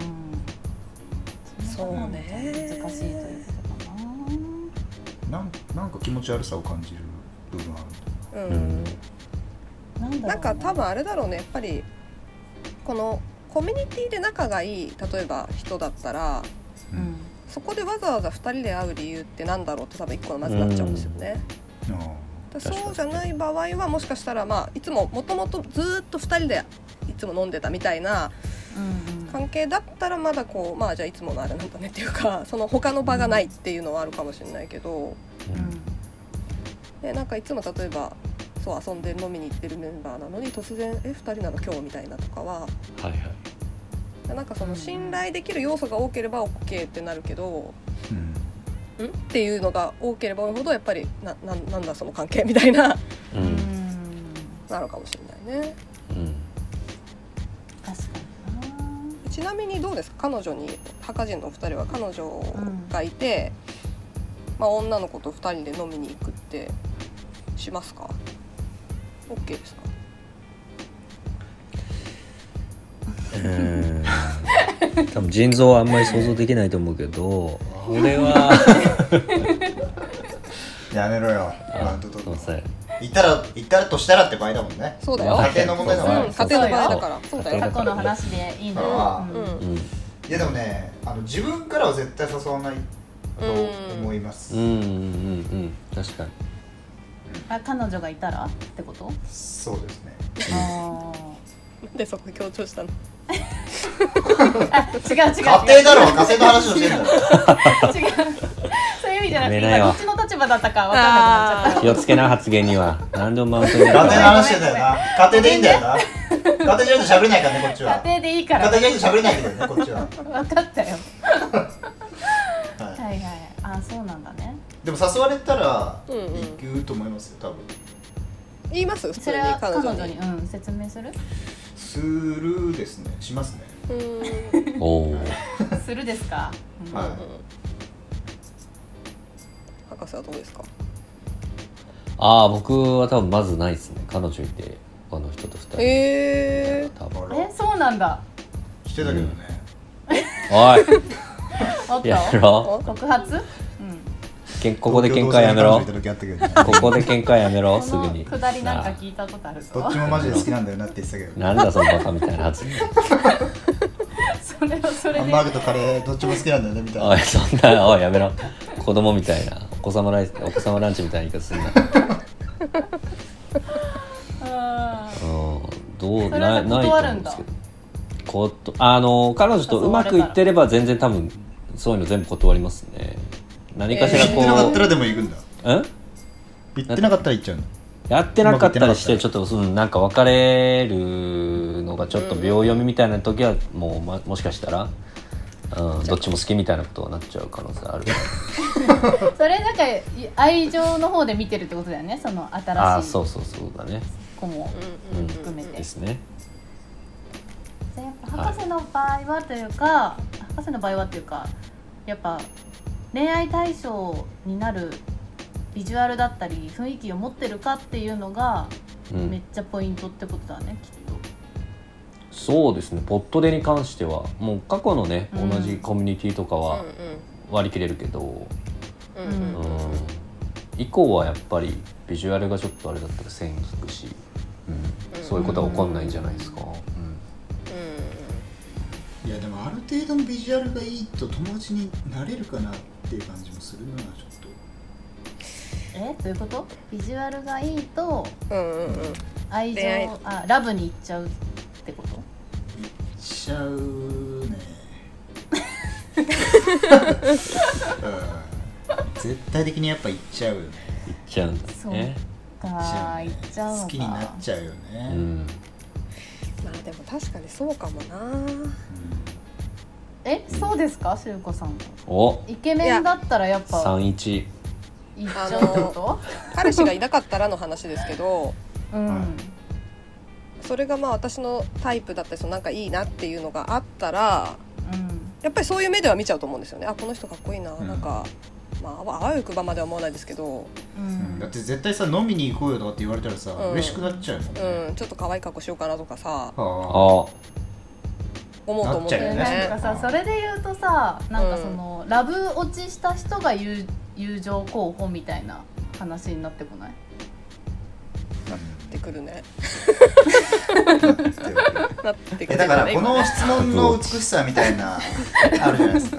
そうね難しいということかななんなんか気持ち悪さを感じる部分あるううんうなんんんだろうなんか多分あれだろうねやっぱりこのコミュニティで仲がいい例えば人だったらううんんそこでわざわざ2人で会う理由ってなんだろうって多分1個のまずなっちゃうんですよね、あだ確かにそうじゃない場合はもしかしたら、まあ、いつももともとずーっと2人でいつも飲んでたみたいなうんうん関係だったらまだこうまあじゃあいつものあれなんだねっていうかその他の場がないっていうのはあるかもしれないけどでなんかいつも例えばそう遊んで飲みに行ってるメンバーなのに突然「え2人なの今日」みたいなとかははいはいなんかその信頼できる要素が多ければ OK ってなるけど。ーうんんっていうのが多ければ多いほどやっぱりなななんだその関係みたいなううんんなのかもしれないねうん確かになちなみにどうですか彼女に墓人のお二人は彼女がいて、まあ、女の子と二人で飲みに行くってしますか OK ですかうん 多分腎臓はあんまり想像できないと思うけど俺はやめろよマウント取するいのません行ったら行ったらとしたらって場合だもんねそうだよ、まあ家庭の問題だからうん、家庭の場合だからそそううだだよよ過去の話でいいのよあうん、うんいやでもねあの自分からは絶対誘わないと思います、うんうんうんうんうん確かにあ彼女がいたらってことそうですねあなんでそこ強調したーのあ違う違う違う家庭だろ家庭の話をしてんだろ違うそういう意味じゃなくやてめなよ今こっちの立葉だったかわかんなくなっちゃっあ気をつけな発言には何でもマウントにな勝るか手にら話してたよな勝手でいいんだよな勝手じゃないと喋れないからねこっちたは家庭でいいから勝手じゃないと喋れないけどねこっちは、分かったよははいはいあそうなんだねい、でも誘われたらうんうん行くと思いますよ多分言います普そ通にれは彼彼女に女にうん説明 するするですねしますねうーんおおするですか、うんはい博士はどうですかああ僕は多分まずないですね彼女いて他の人と二人、へえ多分あらえそうなんだしてたけどね、 おいおっやめとろ告発うんけんここで喧嘩やめろ東京同性の彼女いた時あったけどねここで喧嘩や めろすこぐのに下りなんか聞いたことあるどぞっちもマジで好きなんだよなって言ってたけどなあなんだそのバカみたいな発言それはそれハンでバーグとカレーどっちも好きなんだよねみたいおないそんなおいやめろ子供みたいなお子様ライお子様ランチみたいな言い方すんなううんどそうれなはいない断と思うるんんでだすけどことあの彼女とうまくいってれば全然多分そういうの全部断りますね何かしら知ってこなかったう、らでも行くんだうん行ってなかったら行っちゃうんだやってなかっうまくいってたりしてなかったちょっとそのなんか別れるのがちょっと秒読みみたいな時はもう、ま、もしかしたら、うん、どっちも好きみたいなことになっちゃう可能性あるんそれなんかい愛情の方で見てるってことだよねそのああ新しいそうそうそうだね子もうんうんうん含めてですねじゃあやっぱ博士の場合はというか博士の場合はというかやっぱ恋愛対象になるビジュアルだったり雰囲気を持ってるかっていうのがうめっん、ちゃポイントってことだねきっと。そうですねポットでに関してはもう過去のね、うん同じコミュニティとかは割り切れるけど、うんうんうんうんうん、以降はやっぱりビジュアルがちょっとあれだったら線引くし、うん、そういうことは起こんないんじゃないですか、いやでもある程度のビジュアルがいいと友達になれるかなっていう感じもするなちょっとえどういうことビジュアルがいいとうんうんうんうん愛情恋愛あラブに行っちゃうってことしちゃうねうん絶対的にやっぱ行っちゃうよねいっちゃうんだそうねかね行っちゃうのか好きになっちゃうよね、ううんんまあでも確かにそうかもなえそうですかしゅうこさんもおイケメンだったらやっぱ三一行っちゃうってこと彼氏がいなかったらの話ですけどうんそれがまあ私のタイプだったりそのなんかいいなっていうのがあったらうんやっぱりそういう目では見ちゃうと思うんですよねあこの人かっこいいな、うんなんかまああわあわよくばまでは思わないですけど、うだっんて絶対さ飲みに行こうよとかって言われたらさ、うん嬉しくなっちゃうもんね、うん、ちょっと可愛い格好しようかなとかさはあ思うと思うんだよなっえちゃなうよねんかさそれで言うとさなんかその、ラブ落ちした人が友友情候補みたいな話になってこないってくるね。あなってくえるだからこ今の質問の美しさみたいなあるじゃないですか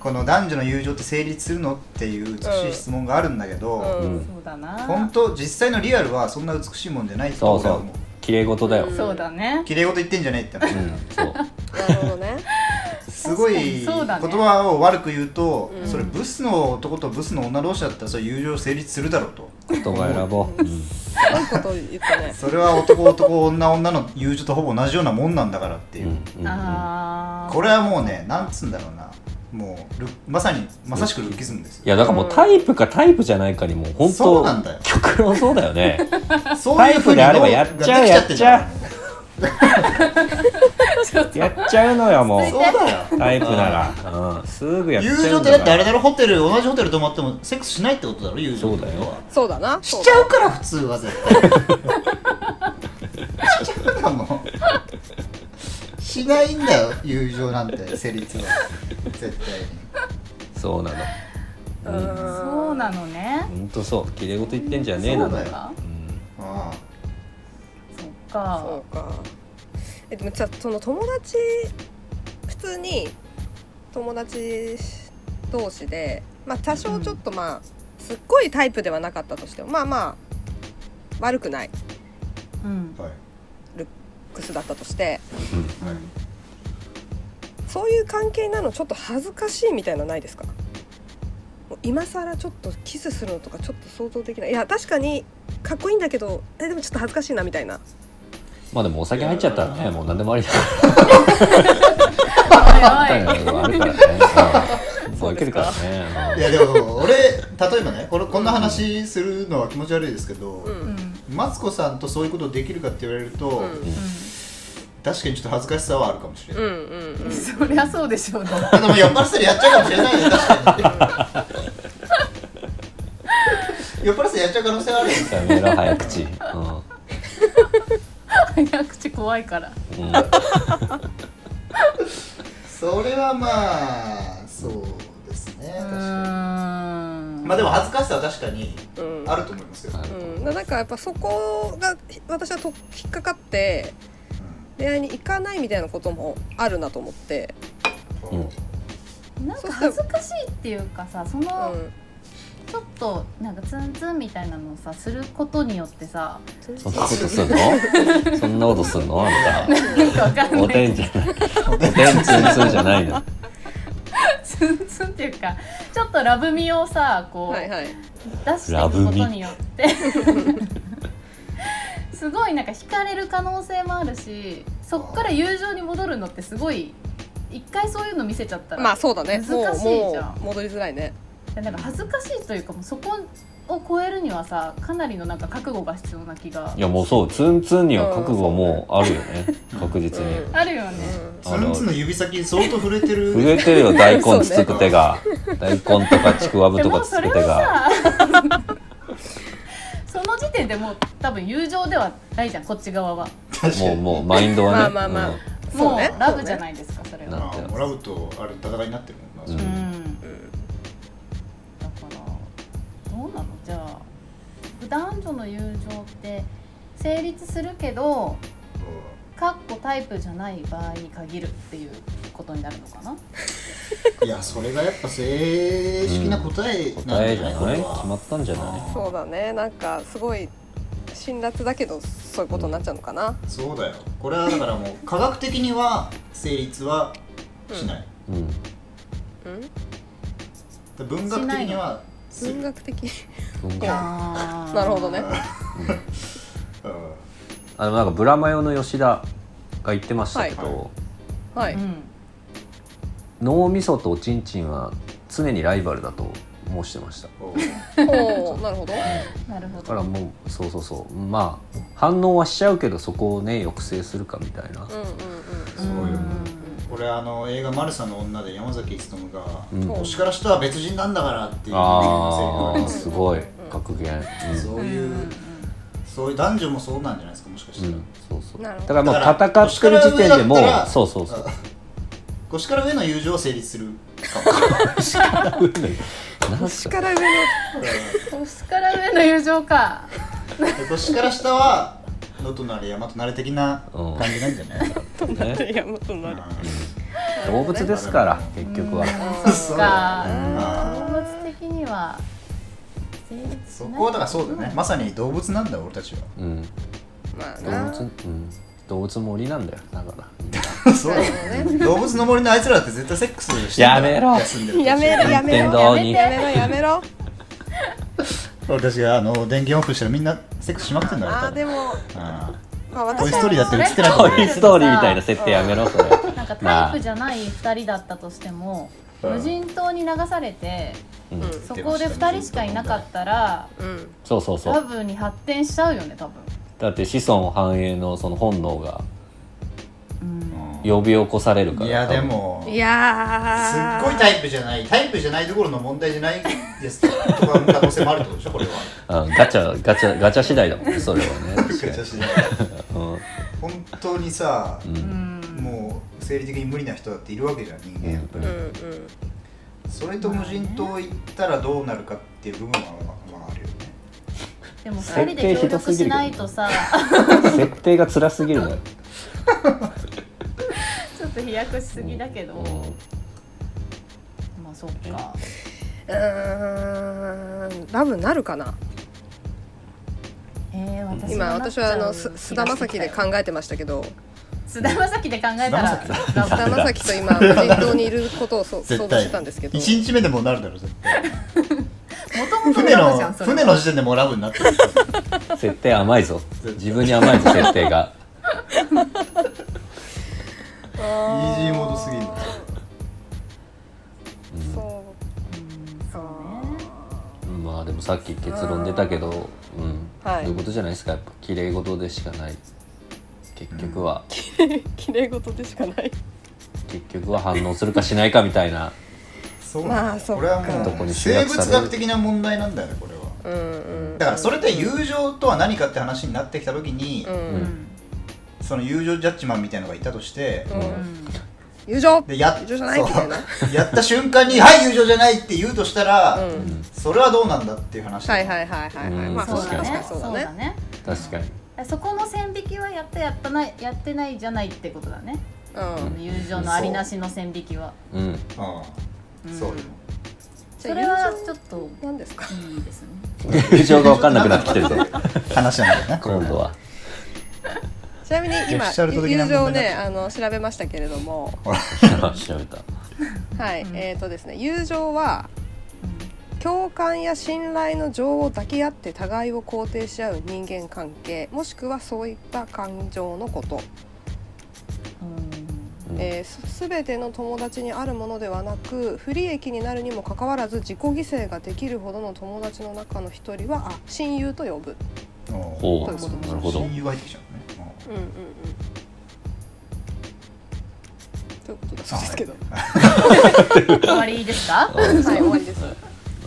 この男女の友情って成立するのっていう美しい質問があるんだけど、ううんん、そうだな本当実際のリアルはそんな美しいもんじゃないと俺は思うそう綺麗事だよ、ううんんそうだね綺麗事言ってんじゃねえって思うそうなるほどね。 すごい言そうだね葉を悪く言うとうんそれブスの男とブスの女同士だったらそれ友情成立するだろうと言葉選ぼ う、うんすごいこと言ったね。それは男男女女の友情とほぼ同じようなもんなんだからっていううんうんうん、あーこれはもうねなんつうんだろうなもうルまさにまさしくルッキズムですいやだからもうタイプかタイプじゃないかにもう本当そうなんだよ極論そうだよ ねそういうふうにタイプであればやっちゃう脳ができやっってんだからやっちゃうのよもうそうだよタイプなら、うん、すぐやっちゃ友う情んだからってだってあれだろホテル同じホテル泊まってもセックスしないってことだろ友情ってことそうだそうだはな。しそうちだゃうから普通は絶対しちゃうだもんしないんだよ友情なんて成立は絶対そうなのうんそうなのね本当そう綺麗事言ってんじゃねえなそうだよかうんにそっかそうか。えでもじゃあその友達普通に友達同士でまあ多少ちょっとまあ、すっごいタイプではなかったとしてもまあまあ悪くないうんうんはいクスだったとしてはいそういう関係なのちょっと恥ずかしいみたいなのないですかもう今更ちょっとキスするのとかちょっと想像できないいや確かにかっこいいんだけどえでもちょっと恥ずかしいなみたいなまあでもお酒入っちゃったらねもう何でもありだかはいらはいねあるからね うんそういけるからねいやでも俺例えばねこれこんな話するのは気持ち悪いですけど、うんうんマツコさんとそういうことできるかって言われると、うん確かにちょっと恥ずかしさはあるかもしれない、うんうんうんそりゃそうでしょうねあでも酔っ払ってたらやっちゃうかもしれないね確か に酔っ払ってたらやっちゃう可能性はあるようんやめろ早口うん早口怖いからうんそれはまあそうですねう確かんにまあでも恥ずかしさは確かにうんあると思いますよ、あるうん、なんかやっぱそこが私はと引っかかって恋愛に行かないみたいなこともあるなと思って、うんうんなんか恥ずかしいっていうかさそうんのちょっとなんかツンツンみたいなのをさすることによって さそんなことすんのそんなことすんのあんたなんかわかんないおてんじゃないおてんつんつんじゃないのツンツンっていうかちょっとラブミをさこう、はいはい、出していくことによって すごいなんか惹かれる可能性もあるしそっから友情に戻るのってすごい一回そういうの見せちゃったら、まあそうだねも難うしいもじゃんう戻りづらいねなんか恥ずかしいというかもうそこを超えるにはさかなりのなんか覚悟が必要な気がいやもうそうツンツンには覚悟もうあるよね確実にうんあるよね。ツンツンの指先相当震えてる震えてるよ大根つつく手が、大根とかちくわぶでともかうつそつれくは手がさその時点でもう多分友情ではないじゃんこっち側は確かもうにもうマインドはねまあまあまあ、もうラブじゃいないですかそれなはああもうラブとあれ戦いになってるもんな、ううんんうんだからどうなのじゃあ男女の友情って成立するけどかっこタイプじゃない場合に限るっていうことになるのかなうんいやそれがやっぱ正式な答えうんな答んえじゃじゃない、ないこれは決まったんじゃないあそうだねなんかすごい辛辣だけどそういうことになっちゃうのかな、あそうだよこれはだからもう科学的には成立はしない、うんうん、文学的にはする文学的文いや化あなるほどねうんあのなんかブラマヨの吉田が言ってましたけど、ははい、うん脳みそとおちんちんは常にライバルだと申してましたおう ほうなるほどなるほだからどもうそうそうそうまあ反応はしちゃうけどそこをね抑制するかみたいなうんうんそうよん俺あの映画「マルサの女」で山崎努がうん「推しから人は別人なんだから」っていうあセリフがありーますすよごい格言、う んそういう、そういう男女もそうなんじゃないですかもしかしうたら、ん、そうそうなるだほかどらもう戦ってる時点でもうそうそう そう腰から上の友情は成立するかもなんすか力上の 星から上の友情かで腰から下は野となれ山となれ的な感じなんじゃない、ねいやもっとなる動物ですから結局はうんそうか動あ物的には成立しないーそこはだからそうだよねまさに動物なんだよ俺たちは うんまあ動な物うん動物森なんだよだからそうだよね動物の森のあいつらだって絶対セックスしてやめろ休んでるやめろやめ天ろ童にやめろやめろ俺たちがあの電源オフしたらみんなセックスしまくってんだよあ多ーで分もあまあートイ私ストーリーだって映ってないとト思うイストーリーみたいな設定やめろそれなんかまタあイプじゃない2人だったとしても、うん無人島に流されてうんうんそこで2人しかいなかったらうん そうそうそラうブに発展しちゃうよね多分、だって子孫繁栄のその本能がうん、呼び起こされるかいらやでもいやすーっごいタイプじゃないタイプじゃないところの問題じゃないですとかの可能性もあるってことでしょこれは多分うんガチャガチャガチャ次第だもんねそれはね確かにうん本当にさ、うんもう生理的に無理な人だっているわけじゃん人間やっぱり、うんうんそれと無人島行ったらどうなるかっていう部分は、まあ、あるよねでも2人で協力しないとさ設定が辛すぎるのよちょっと飛躍しすぎだけど、うんまあそっかうーんラブなるかなえー、私今私はあのす菅田将暉で考ええてましたけど菅田将暉で考えたら菅田将暉と今無人島にいることをそ想絶像対してたんですけど1日目でもうなるだろ絶対もともと船ラブのじゃんそれ船の時点でもうラブになって る設定甘いぞ自分に甘いぞ設定がイーイージーモードすぎるそううんまあでもさっき結論出たけどうん、はいそういうことじゃないですかやっぱ綺麗事でしかない結局は、綺麗事でしかない結局は反応するかしないかみたいなそうまあそっかこれはどこもうに集生約物される学的な問題なんだよねこれうはんうんだからそれって友情とは何かって話になってきた時に、うんううんんその友情ジャッジマンみたいのがいたとして、うんうん友情でや友情じゃないみたいなそうやった瞬間に「はい友情じゃない」って言うとしたら、うんうんそれはどうなんだっていう話はいはいはいはいはい、うんまあそう確かだにね。そそううだだねね。確かにそこの線引きはやったやったないやってないじゃないってことだね。うん友情のありなしの線引きは。うんう んそうよそれはちょっと何ですか いいですね。友情が分かんなくなってきてるぞ話なんだよ ね今度はちなみに今ゲスタルト的な友情を問題になっちねゃあの調べましたけれども調べたはい、うんえっ、ー、とですね友情は共感や信頼の情を抱き合って互いを肯定し合う人間関係もしくはそういった感情のこと、うんうんえーす全ての友達にあるものではなく不利益になるにもかかわらず自己犠牲ができるほどの友達の中の一人はあ親友と呼ぶ、お おおなるほど親友が入ってきちゃうのねうんうんうん、ということだそうですけど終わりですか？はい終わりですうん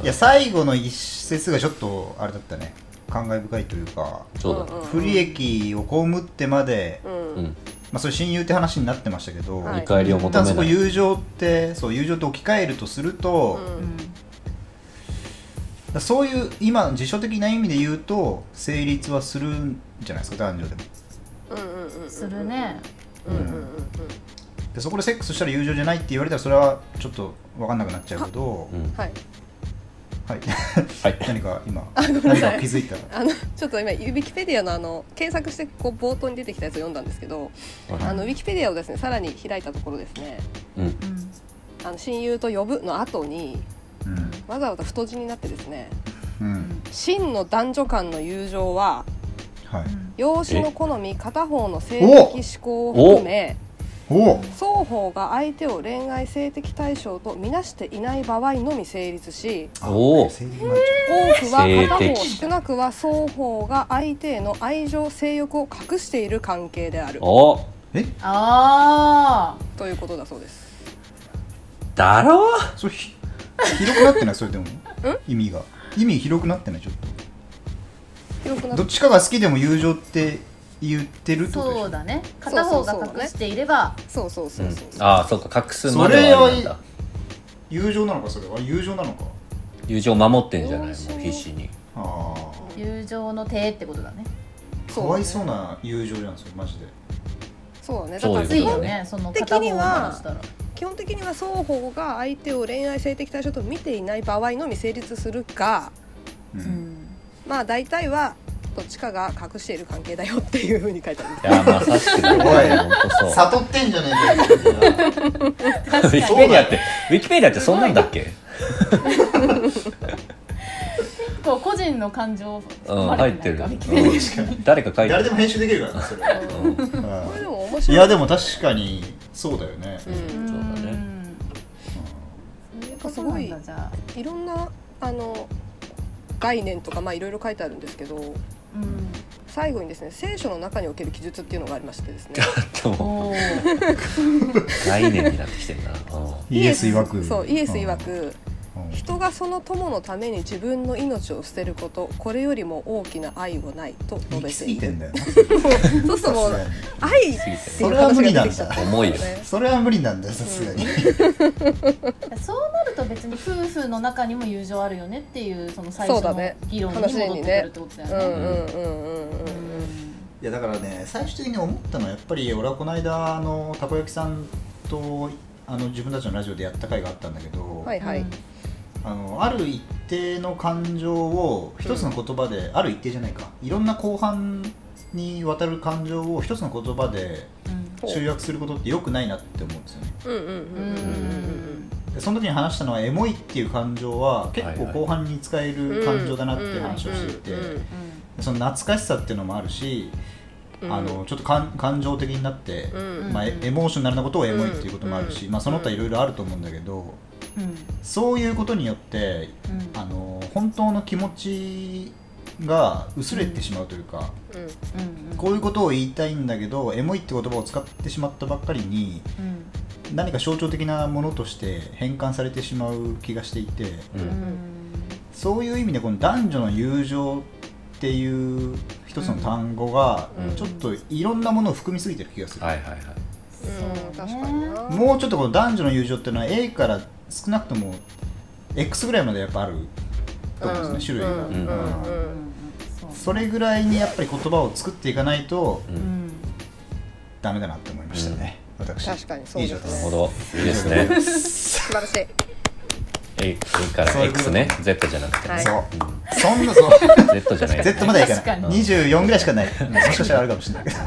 いや最後の一節がちょっとあれだったね感慨深いというかそうだ不利益を被ってまで、ううんんまあ、それ親友って話になってましたけど、はい見返りを一旦求めそこない友情ってそう友情と置き換えるとするうと、だかうんんらそういう今辞書的な意味で言うと成立はするんじゃないですか男女でもうんうんうんうんするね。うんうんうんうんでそこでセックスしたら友情じゃないって言われたらそれはちょっと分かんなくなっちゃうけど、うんはいはい はい何か 今ごめ何んなさいか気づいたらあのちょっと今ウィキペディアのあの検索してこう冒頭に出てきたやつを読んだんですけど、はいあのウィキペディアをですねさらに開いたところですねうんうん「あの親友と呼ぶ」の後にうんわざわざ太字になってですねうん「真の男女間の友情ははい容姿の好み片方の性的思考を含めおお双方が相手を恋愛性的対象とみなしていない場合のみ成立しおお成立になっち多くゃは片性方的少なくは双方が相手への愛情性欲を隠している関係であるおああ。ということだそうです。だろうそれひ広くなってないそれで も意味が意味広くなってないちょっ広くなとっどっちかが好きでも友情って言ってるってことでしそょうだね。片方が隠していれば。そうそうそうそう。ああそうか隠すまではあれなんそれだはい友情なのかそれは友情なのか友情守ってんじゃないもう必死にああ友情の手ってことだね。かわいそうな友情じゃんそれマジでそうだね。だそうからだよついよね。その片方がしたら。基本的には双方が相手を恋愛性的対象と見ていない場合のみ成立するが、ううんん。まあ大体はどっちかが隠している関係だよっていうふうに書いてある。いや まさしくだねほんとそう悟ってんじゃねえかよ ウィキペディアってウィキペディアってそんなんだっけこう個人の感情う含んま入れっててるないか。うん誰か書いて誰でるも編集できるからねそれ うんこれではも面い白い。やでも確かにそうだよねうん、うんそうだねそういうことなんだじゃあ。いろんなあの概念とかまあいろいろ書いてあるんですけど、うん。最後にですね聖書の中における記述っていうのがありましてですね。でおもお。概念になってきてんなうん イエス曰くそうイエス曰く。うん人がその友のために自分の命を捨てることこれよりも大きな愛はないと述行べき過ていぎてるんだよそうするともうな愛っていう話が出てきちゃった重いよねそれは無理なんだよさすがにそうなると別に夫婦の中にも友情あるよねっていうその最初そうだのね議論に戻ってくるってことだうんようね。んうんうんうんいやだからね最終的に思ったのはやっぱり俺はこの間あのたこ焼きさんとあの自分たちのラジオでやった回があったんだけど、はいはいあのある一定の感情を一つの言葉で、ある一定じゃないかいろんな後半にわたる感情を一つの言葉でほう集約することって良くないなって思うんですよねうんうんうんうんうんうんでその時に話したのはエモいっていう感情は結構後半に使えはいはるい感情だなっていう話をしていてうんうんうんうんその懐かしさっていうのもあるしうんあのちょっと感感情的になって、うんまあ、エエモーショナルなことをエモいっていうこともあるし、うんまあ、その他いろいろあると思うんだけどそういうことによってあの本当の気持ちが薄れてしまうというか、うんこういうことを言いたいんだけどエモいって言葉を使ってしまったばっかりに何か象徴的なものとして変換されてしまう気がしていてそういう意味でこの男女の友情っていう一つの単語がうんちょっといろんなものを含みすぎてる気がする、はいはいはいうん確かになもうちょっとこの男女の友情っていうのは A から少なくとも X ぐらいまでやっぱあると思うんですね、種類が。うんうんうんそれぐらいにやっぱり言葉を作っていかないとダメだなって思いましたね、私確かにそうですね以上なるほどいいですね素晴らしい A, A から X ね Z じゃなくてね、はいそうそんなそう Z じゃない Z まではいか確かないに24ぐらいしかないうんもしかしたらあるかもしれないけどい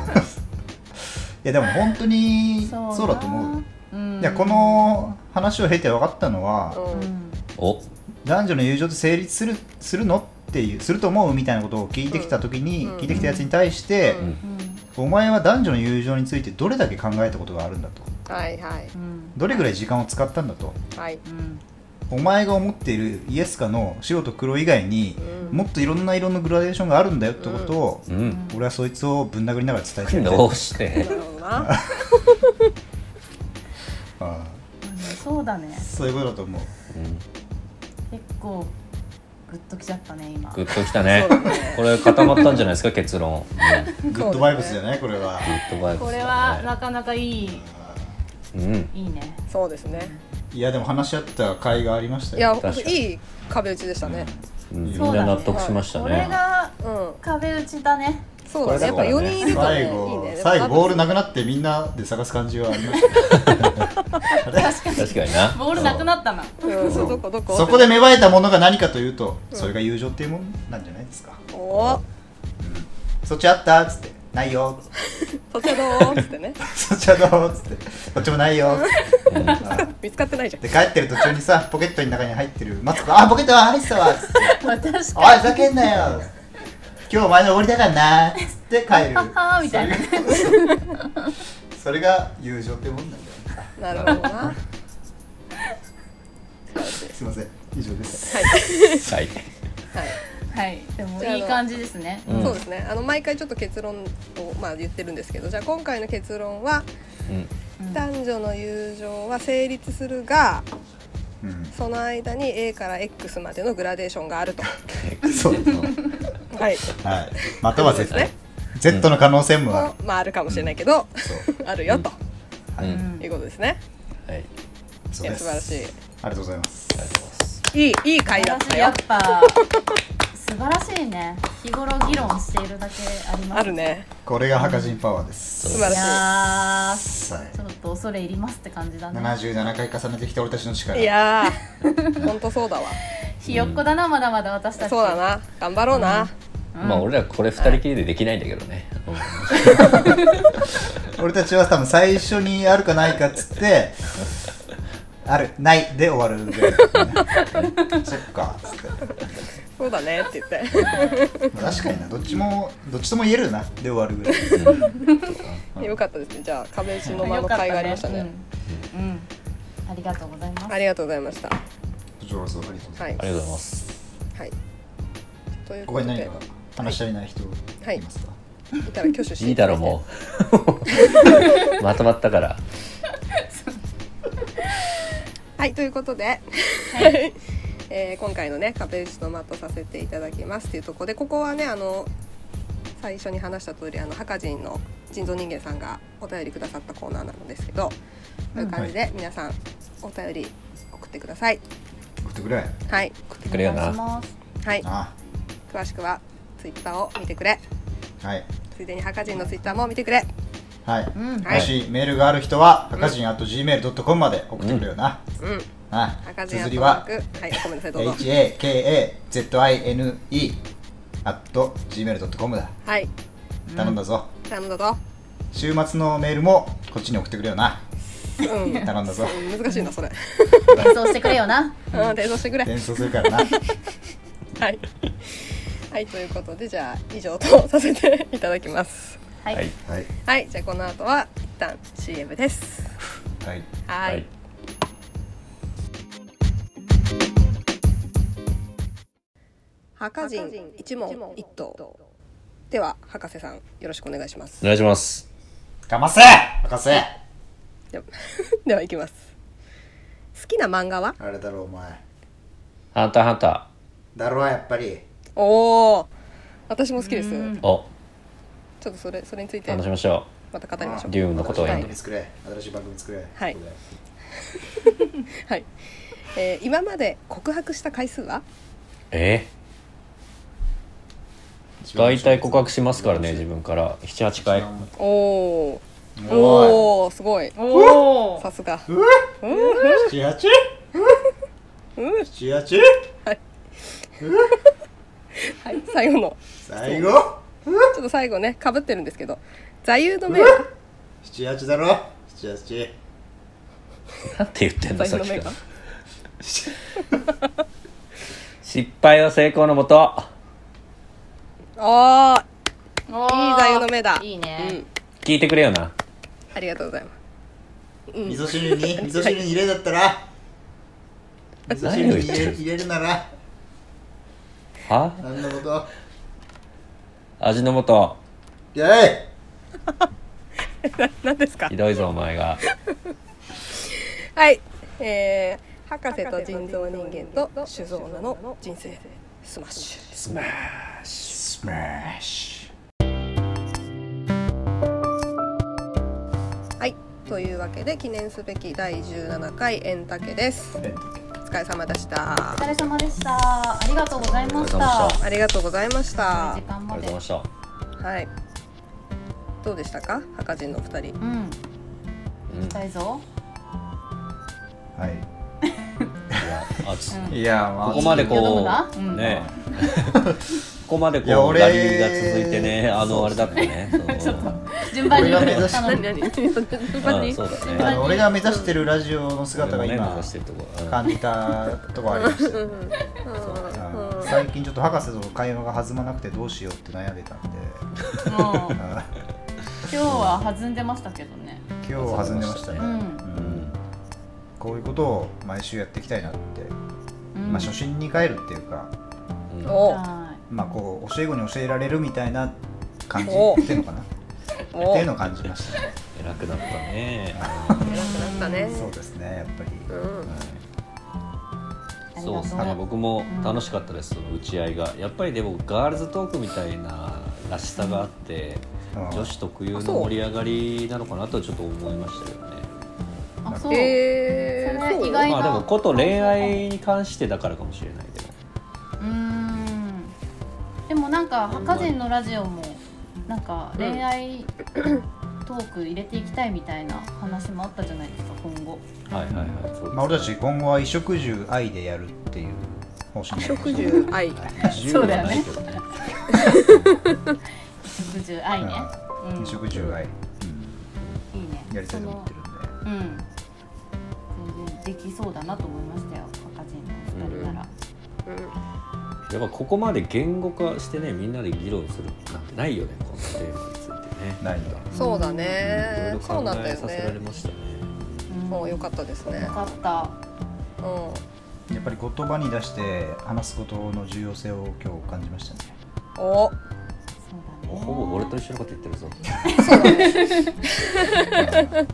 やでも本当にそうだと思ういやこの話を経て分かったのは、うんお男女の友情って成立するするのっていうすると思うみたいなことを聞いてきた時に、うん聞いてきたやつに対して、うんお前は男女の友情についてどれだけ考えたことがあるんだとはいはいどれぐらい時間を使ったんだとはいお前が思っているイエスかの白と黒以外にうんもっといろんな色のグラデーションがあるんだよってことを、うん俺はそいつをぶん殴りながら伝えてやりたいどうしてなるほどなあそうだねあそういうことだと思ううん結構グッときちゃったね今グッときたねこれ固まったんじゃないですか結論、うん、ググッドバイブスじゃないこれはッドバイブこスれだはねなかなかいいうんいいねそうですねいやでも話し合った甲斐がありましたいやよ確かにいい壁打ちでしたねうんみんそうだなね納得しましたこねれがうん壁打ちだねそうだねやっこぱれだか4らね人いるとねい最い後、ね最後ボールななくなってみんなで探す感じはありましたね確かになボールなくなったなうんそうどこどこ そこで芽生えたものが何かというと、それが友情っていうもんなんじゃないですかおそっちあったっつってないよ そっちはどうっつってねそっちはどうっつってこっちもないよつってああ見つかってないじゃんで帰ってる途中にさポケットの中に入ってるマツコが「あポケットは入ってたわ」っつっ確かてに「おいふざけんなよ」今日お前のおごりだからな」っつって帰るははーみたいなね それが友情ってもんなんだよねなるほどなすいません以上ですはいはいはいでもいい感じですねうんそうですねあの毎回ちょっと結論を、まあ、言ってるんですけどじゃあ今回の結論はうん男女の友情は成立するがうんその間に A から X までのグラデーションがあるとそうはい はいまたはそうです Z ね Z の可能性もあるもまああるかもしれないけど、 あるよとうんうんいうことですね、はいそうですいや素晴らしいありがとうございますありがとうございますいいいい回だっ私たやっよぱ素晴らしいね日頃議論しているだけありますあるねこれが博人パワーです素晴らいしやーはいちょっと恐れ入りますって感じだね77回重ねてきた俺たちの力いいやー ほんとそうだわひよっこだなまだまだ私たちそうだな頑張ろうな、まあ俺らこれ二人きりでできないんだけどね、うん俺たちは多分最初にあるかないかっつってあるないで終わ るぐらいだったねそっかっつってそうだねって言ってまあ確かになどっちもどっちとも言えるなで終わるぐらいよかったですねじゃあ壁打ちのうん間の会がありましたね、うんうんありがとうございますありがとうございましたはこちらこそありがとうございますいありがとうございますはいというここことに何でか話し足りない人いますか、いたら挙手していいだろうもうまとまったからうはいということで、 えー今回のね壁打ちの間とさせていただきますっていうところでここはねあの最初に話した通りあのハカジンの人造人間さんがお便りくださったコーナーなのですけど、こういう感じで皆さんお便り送ってください送ってくれはい送ってくれよお願いなしますはいあ詳しくはツイッターを見てくれはいついでにハカジンのツイッターも見てくれはい、うんはいもしメールがある人は赤人 at gmail.com まで送ってくれよな、うんはハカいジン綴とりマーはクはいごめんなさいどうぞ hakazine at gmail.com だはい頼んだぞ、頼んだぞ週末のメールもこっちに送ってくれよな うん頼んだぞそう難しいなそれ演奏してくれよなうん転送して くれ伝送するか らなはいはいということでじゃあ以上とさせていただきますはい、はいはいはいじゃあこの後は一旦 CM ですはいはいはい博人一問一答では博士さんよろしくお願いしますお願いしますかませ博士では ではいきます好きな漫画はあれだろお前ハンターハンタだろやっぱりおお私も好きですうんーをちょっとそれそれについて楽しみましょまた語りましょううデュームのことを新しい番読んで組作れ新しい番組作れはいここではい、えー今まで告白した回数はえー、大体告白しますからね自分から78回おおおおおすごいおおさすがい七八七八はい最後の最後ちょっと最後ねかぶってるんですけど座右の銘は七八だろ七八なんて言ってんだ座さっ右の銘きかがら 失敗は成功のもとあおあいい座右の銘だいいうねん、聞いてくれよなありがとうございます味噌汁に味噌汁に入れだったら味噌汁に入れ入れるならは何のこと味の素イェイ何ですかひどいぞお前がはい、えー、博士と人造人間と酒造女の人生スマッシュスマッスマッシはいというわけで記念すべき第17回エンタケですお疲れ様でしおた疲れ様でしたありがとうございましお疲れた様でしありがとうございました時間あまりでがとうございましはいどうでしたか博人の二 人うんた、うん行きたいぞはいや熱いうんいいやまここまでよどむこなううんねここまでこいやう俺ラリーが続いてねあのそうあれだったねその順番に俺が目指し頼む何順うんそうだあねの俺が目指してるラジオの姿が俺もね目今指してるとこうん感じたとこありましたようん最近ちょっと博士との会話が弾まなくてどうしようって悩んでたんでもうあ今日は弾んでましたけどね今日弾んでましたねううんんうんこういうことを毎週やっていきたいなってうんまあ初心に帰るっていうかうんおはまあこう教え子に教えられるみたいな感じおっていうのかなっおてい偉くなうのを感じましたね偉くなったねったねそうですねやっぱりうんいそうですありねがと僕も楽しかったですその打ち合いがやっぱりでもガールズトークみたいならしさがあってうん女子特有の盛り上がりなのかなとちょっと思いましたよねあそう、えー、それ意そう外まあでもなこと恋愛に関してだからかもしれないけどうーんでもなんかうん博人のラジオもなんか恋愛トーク入れていきたいみたいな話もあったじゃないですか今後はいはいはいそうですまあ俺たち今後は衣食住愛でやるっていう方針になりました食住愛自由そうだよはなねいけどね食事愛ね、うん衣食住愛、いいねうん、やりたいと思ってるんでそのうん全然できそうだなと思いましたよ博人のお二人なら、うんやっぱここまで言語化してねみんなで議論するなんてないよねこのテーマについてねないんだそうだいねろいろそうなん考だえよさせられねましたねうんもう良よかったですねかったうんやっぱり言葉に出して話すことの重要性を今日感じましたねそおうだねほぼ俺と一緒のこと言ってるぞやっぱり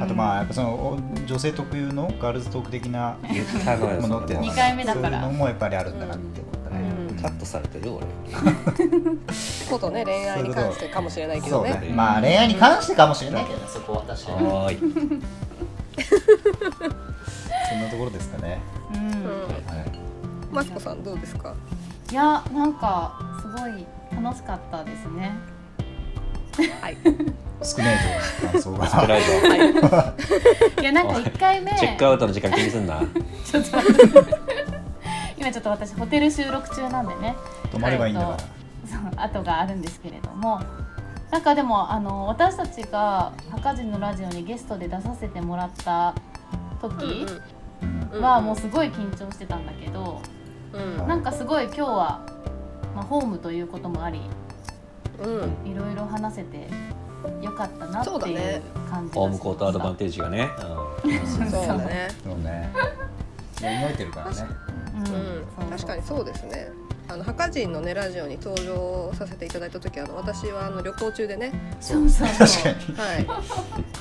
あとまあやっぱそのお女性特有のガールズトーク的な言ったのよもそのっていうの二は回目だからそういうのもやっぱりあるんだなって思ったね、うんカットされてるよ俺ことね恋愛に関してかもしれないけそどうねねまあ恋愛に関してかもしれないけどねそこは確はーいそんなところですかね、うんうんはいマツコさんどうですかいやなんかすごい楽しかったですねはい少ないと感想が暗 いぞいやなんか1回目チェックアウトの時間気にすんなちょっと待って 今ちょっと私ホテル収録中なんでね 止まればいいんだから、その後があるんですけれどもなんかでもあの私たちが「博士のラジオ」にゲストで出させてもらった時はもうすごい緊張してたんだけど、うんなんかすごい今日は、まあ、ホームということもありうんいろいろ話せてよかったなってそうだいねう感じがしましたホームコートアドバンテージがね、そうだねそうねやり慣れてるからねうん、確かにそうですね。あの博人のねラジオに登場させていただいた時あの私はあの旅行中でね、そうそうそう確かにはい、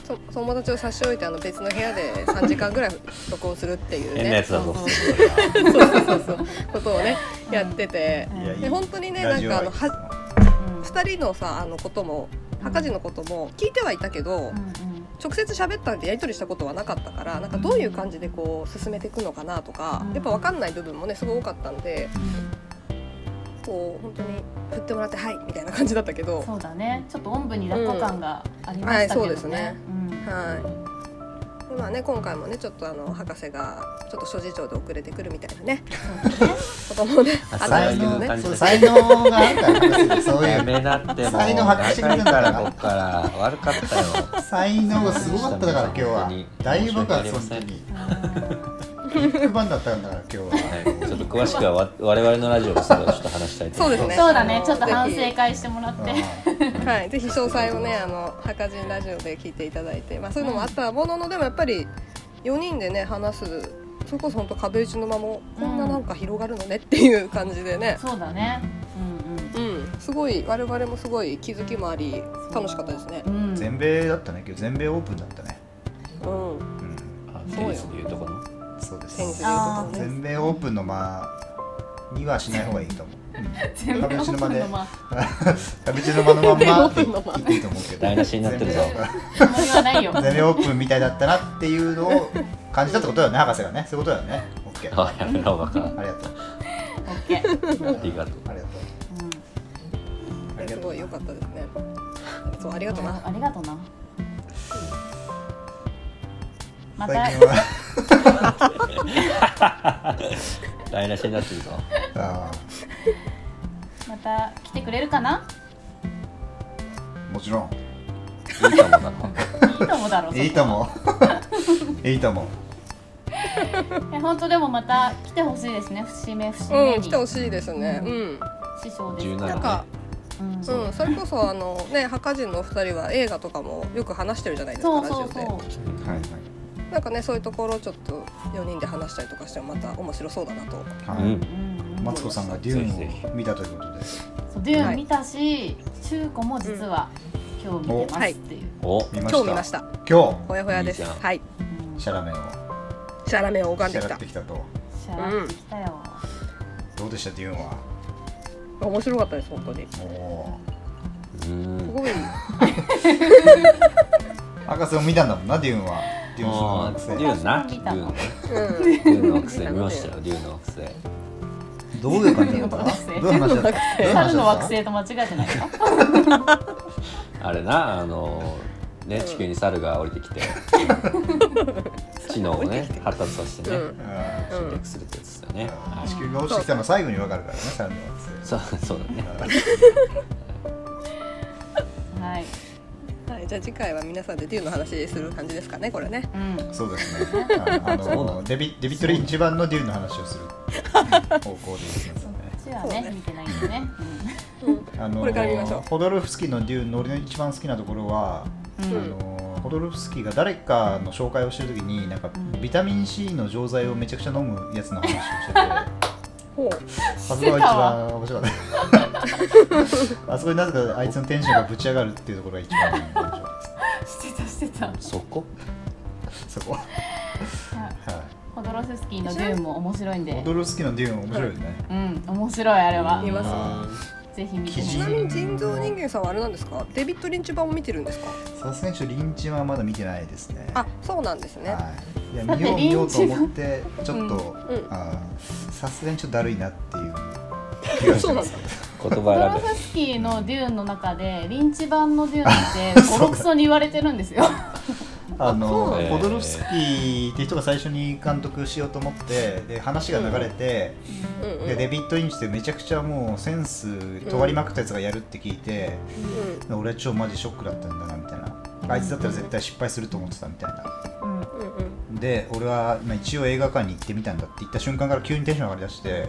と友達を差し置いてあの別の部屋で3時間ぐらい録音するっていう変なやねつだぞそうそうそうそうそうことをねうんやってて うんいやいいで本当にねラなんジオかあの愛は2人のさあのことも博人のことも聞いてはいたけどうんうん直接喋ったんでやり取りしたことはなかったからなんかどういう感じでこう進めていくのかなとかうんやっぱ分かんない部分もねすごい多かったんで。こう本当に振ってもらってはいみたいな感じだったけどそうだねちょっとおんぶに抱っこ感がありましたけどね、うんはいそうですねうんはういでまあね今回もねちょっとあの博士がちょっと諸事情で遅れてくるみたいな ねこともねああったんですけど才能ねそう才能があるから博士そういやう めなってもう才能発揮してくれるんだから長いこっから悪かったよ才能がすごかっただから今日本当はに大爆発本当申にうんビッグバンだったんだから今日ははいちょっと詳しくはわ我々のラジオでちょっと話したいと思そうでいますすねそうだねちょっとぜひ反省会してもらってはいぜひ詳細をねあの博人ラジオで聞いていただいてまあそういうのもあったもののでもやっぱり4人でね話すそれこそ本当壁打ちのままこんななんか広がるのねっていう感じでねそうだねうんうんすごい我々もすごい気づきもあり楽しかったですねうんうん全米だったね今日全米オープンだったねうんうんあテニスでいうとこのそうですテニスでいうとあーこね全米オープンの間にはしない方がいいと思う全部オープンのま壁打ちの間のまんまって言っていいと思うけど台無しになってるぞあんまりはないよ全米全米オープンみたいだったなっていうのを感じたってことだよね博士がねそういうことだよね OK ああやめろバカりがとうオッケーありがとあうりがとうんうありがすとごうい良かったですねそうありがとうなありがとうなまた最近は台無しになってるぞあまた来てくれるかなーもちろ んいいかもなこんないいともだろうそこいい ともいいともえ本当でもまた来てほしいですね節目節目にうん来てほしいですねうん師匠です17なんねかうんそううん、それこそあのね博人のお二人は映画とかもよく話してるじゃないですかそうラジそオうではいなんかねそういうところをちょっと4人で話したりとかしてもまた面白そうだなとはうい、はいんうんうんマツコさんがデューンを見たということでそうデューン見たし、中古も実は今日見てますっていう、お見ました今日見ました今ほやほやですいいじゃんはいうん、日しシャラメをシャラメを拝んでシャきラたってきたとゃらってきたよ、どうでしたデューンは面白かったです本当にすおおうんごいー博士を見たんだもんなデューンはデューンあのあ学デ生ューンなデ私もュ見たーンのねうんデューンの惑星見ましたよデューンの惑星どういう感じ だったかなデュどういーう話だったどういう話だった猿の惑星と間違えてないかあれなあのね地球に猿が降りてきて知能をね発達させてねうんう侵略するってやつですよねん地球が落ちてきたのは最後にわかるからね猿の惑星そうそうだねはい、はい、じゃあ次回は皆さんでデューの話する感じですかねこれねうん、そうですね。ああそうなののデビデビットリンチ版のデューンの話をする方向で進ますね。こっちはね見てないんでね、あのこれから見ましょうホドルフスキーのデューンの俺の一番好きなところは、うんあのホドルフスキーが誰かの紹介をしてるときになんかビタミン C の錠剤をめちゃくちゃ飲むやつの話をしてて、ほうあそこが一番面白かった。あそこになぜかあいつのテンションがぶち上がるっていうところが一番面白かっうん、してたしてたそこた。そこ。はホドロフスキーのデューンも面白いんい。でホドルフスキーのデューン面白いよね。うん面白いあれは見ますあぜひ見て記ち事なねみに人造人間さんはあれなんですかデビッド・リンチ版を見てるんですかーさすがにちょっとリンチはまだ見てないですね。あそうなんですねはい、いや見よう見ようと思ってちょっとうんうんあーさすがにちょっとだるいなっていう気がしそうなまんすだホ言ドロ葉選 フスキー のデューンの中でリンチ版のデューンってボロクソに言われてるんですよあのあそポうドルフスキーっていう人が最初に監督しようと思ってで話が流れて、うんうんでデビッド・インチってめちゃくちゃもうセンス尖りまくったやつがやるって聞いて、俺は超マジショックだったんだなみたいなあいつだったら絶対失敗すると思ってたみたいなうんうんうんで俺は、まあ、一応映画館に行ってみたんだって言った瞬間から急にテンション上がりだして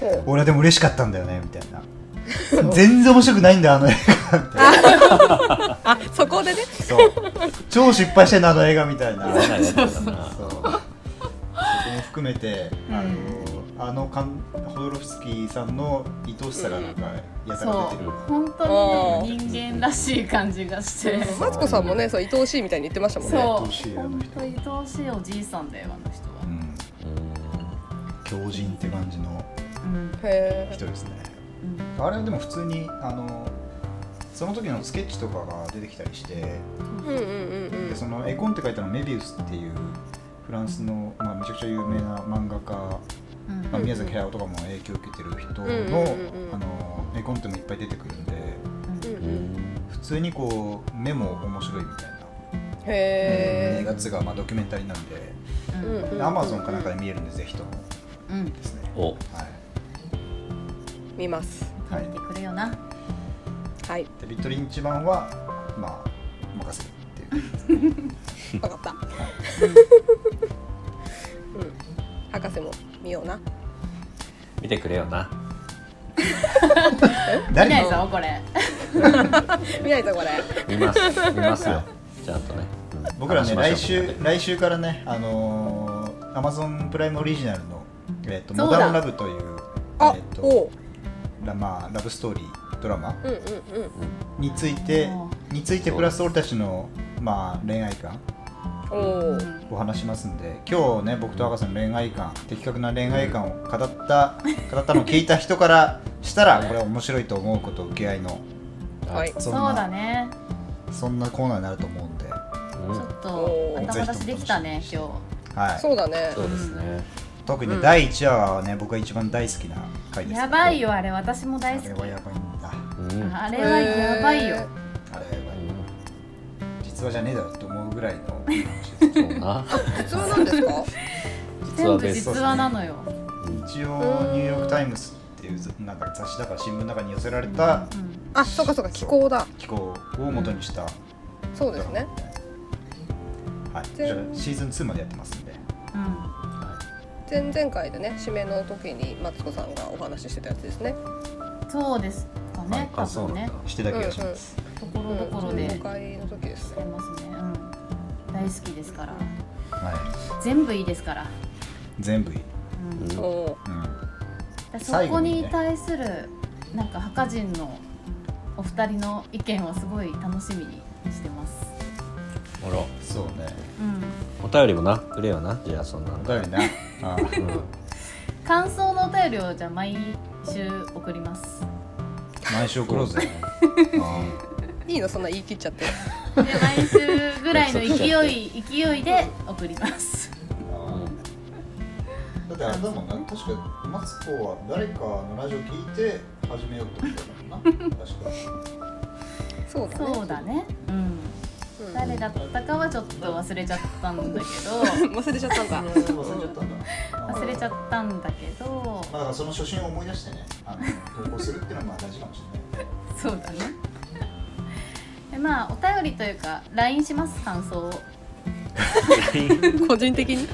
ほう俺はでも嬉しかったんだよねみたいな全然面白くないんだあの映画みたいなあそこでねそう超失敗してんなあの映画みたいな言わないやつだなそうそこも含めてあのあのカンホドロフスキーさんの愛おしさがなんかやたらそ出てるう本当に、ね、人間らしい感じがしてマツコさんもねそう愛おしいみたいに言ってましたもんそうね愛おしいあの本人当に愛おしいおじいさんだよあの人は、うん強靭って感じのうんへえ人ですねあれはでも普通にあのその時のスケッチとかが出てきたりしてうんうんうんうんでその絵コンって書いたのはメビウスっていうフランスの、まあ、めちゃくちゃ有名な漫画家うんまあ、宮崎駿とかも影響を受けてる人うんうんのうんうんあの絵コンテもいっぱい出てくるんでうんううんん普通にこう目も面白いみたいな、へ映え画っつうかまあドキュメンタリーなんでううんんうんうんアマゾンかなんかで見えるんでぜひともうん見ですねおはい、見ますはいて、くれよなはいデビッド・リンチ版はまあ任せるって い分うかったうん博士も見ような見てくれよな見ない誰のぞこれ見ないぞこれ見ます見ますよちゃんとね、うん僕らね話しま来しょうみん週なで来週からねあのー、アマゾンプライムオリジナルの「えー、とそうモだダンラブ」というあえーとおうラまあ、ラブストーリードラマうんうんうんについておについてプラス俺たちの、まあ、恋愛観おうを話しますんで今日ね僕と赤さんの恋愛観的確な恋愛観を語った語ったのを聞いた人からしたらこれは面白いと思うことを受け合いのはいそそんうなだねそんなコーナーになると思うんで、はうちょんっとおー頭出しできたね今い、そうだねそうですね特にね、うん第1話はね僕が一番大好きな回で日すやばいよよあれ私もあ大れ好きはやばいんだうんうんあれはやばいよ、あれはやばい実話じゃねえだろって思うぐらいの話そでうな普通なんですか実は全部ベース実話なのよ、す一応ニューヨーク・タイムズっていうなんか雑誌だから新聞の中に寄せられたうんあそうかそうか気候だ機構を元にした、そうですねはい、じ全ゃあシーズン2までやってますんでうん前々回でね締めの時にマツコさんがお話ししてたやつですねそうですかね、多あそう分なんねだ。してた気がします、とこうろんどころで前してま回の時ですねすね。うん、大好きですから、はい全部いいですから。全部いい、うん、うんおううん、だそ最後こにねに対するなんか墓人のお二人の意見をすごい楽しみにしてます。あらそうねうん、お便りもなくれよなじゃあそんなのお便りなあ ー感想のお便りをじゃあ毎週送ります。毎週送ろうぜあいいのそんな言い切っちゃってで毎週ぐらいの勢い勢いで送ります。ーあーだってあれだもんな確かマツコは誰かのラジオ聞いて始めようって ことだもんな確かそうだねそうだね。うん。うん誰だったかはちょっと忘れちゃったん だけど忘れちゃったん だ忘れちゃったんだあー忘れちゃったんだけどまあだからその初心を思い出してねあの投稿するっていうのはまあ大事かもしれないそうだねでまあお便りというか LINE します感想を個人的に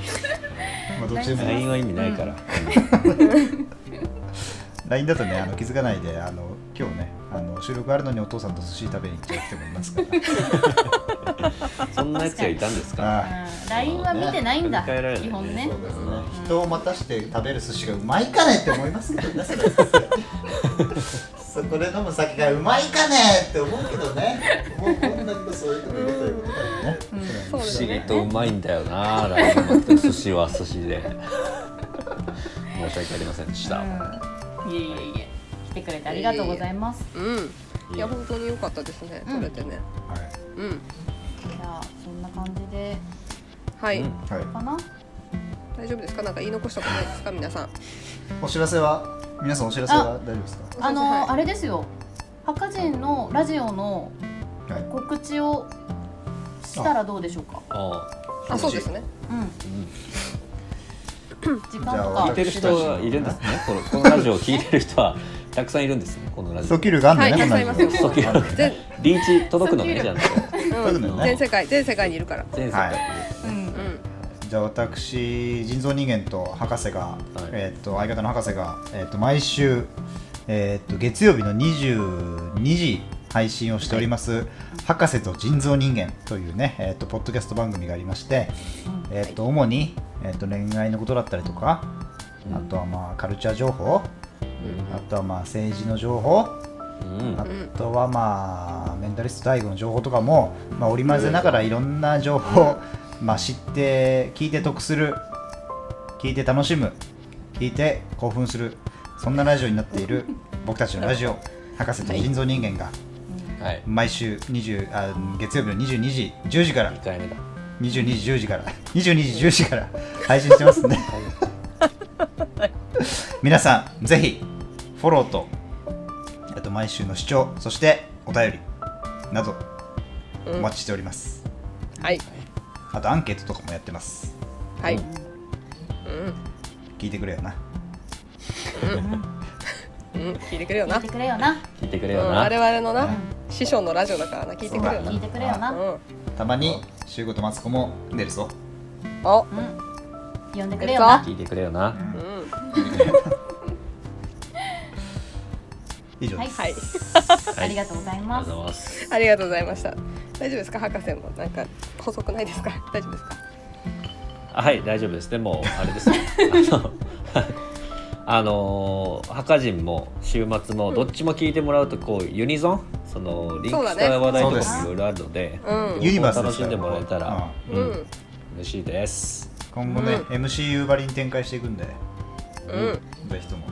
まあどっちでも LINE は意味ないから、 LINE だとねあの気づかないであの今日ねあの収録あるのにお父さんと寿司食べに行っちゃう人もいますからそんなやつがいたんですかうん LINE は見てないんだ振り返られないね基本ねそうですね、人を待たして食べる寿司がうまいかねって思いますけどねそれそこで飲む酒がうまいかねって思うけどね思うんだけどそういうこと言うということだよね、そうで不思す議ねとうまいんだよな LINE のって寿司は寿司で申し訳ありませんでした、うんいえいえいえ来てくれてありがとうございますうんいや本当に良かったですねうん取れてねうんじゃあそんな感じではい、うんはい、はい、かな大丈夫ですかなんか言い残したことないですか皆さんお知らせは皆さんお知らせは大丈夫ですかあはいのあれですよ博人のラジオのはい告知をししたらどうでしょうか。ああそうですねうん。時間とじゃあか聞いてる人はいるんですねこのこのラジオを聞いてる人はたくさんいるんですねこのラジオ訴求力あんだね、はいこのたくさんいますよ人訴求力全,、リーチ届くのねじゃあねう届くん、のね全世界全世界にいるから全世界にうんうんじゃあ私人造人間と博士が、いえー、と相方の博士が、えー、と毎週、えー、と月曜日の22時配信をしております「博士と人造人間」というね、えー、とポッドキャスト番組がありまして、えー、と主に、えー、と恋愛のことだったりとか、あとはまあカルチャー情報、あとはまあ政治の情報、うんあとはまあメンタリスト大悟の情報とかも、まあ、織り交ぜながらいろんな情報を、まあ、知って聞いて得する聞いて楽しむ聞いて興奮するそんなラジオになっている僕たちのラジオ博士と人造人間がはい毎週20あ月曜日の22時10時から2回目だ22時10時から22時10時から配信してますんで皆さんぜひフォローとえっと毎週の視聴そしてお便りなどお待ちしております、はいあとアンケートとかもやってますはい、聞いてくれよなうん、聞いてくれよ聞いなてくれよな。聞いてくれうん、よな我々のな、師匠のラジオだからな聞いてくれよ聞いてくれよな。なたまに週ごとマツコも出るぞうんお呼んでくれよな。聞いてくれよなうん以上はでいす、はい ありがとうございありがまとすう。ございますありがとうございました大丈夫ですか博士もなんか細くないですか 大丈夫ですかあはい大丈夫ですでもあれですあの あのー、墓人も週末もどっちも聞いてもらうとこうユニゾンそのリンクした話題とかもいろいろあるのでうんユニバース楽ですしかんらでもらえたら、ううんん嬉しいです今後ね、うん MCU ばりに展開していくんでうんぜひとも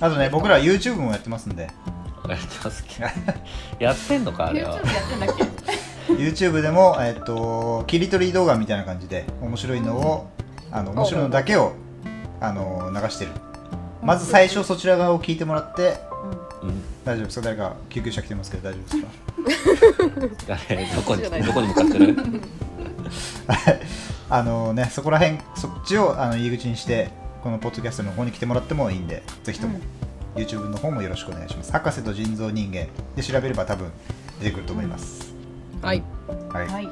あとね僕ら YouTube もやってますんでやってますけどやってんのかあ YouTube れやはってんだっけ。 YouTube でも、えっと切り取り動画みたいな感じで面白いのをあの面白いのだけをあの流してるまず最初そちら側を聞いてもらってうん大丈夫ですか誰か救急車来てますけど大丈夫ですかあれどこにじゃないどこに向かってる あのねそこら辺そっちをあの入り口にしてこのポッドキャストの方に来てもらってもいいんでぜひとも、YouTube の方もよろしくお願いします博士と人造人間で調べれば多分出てくると思います、はいはい、はい。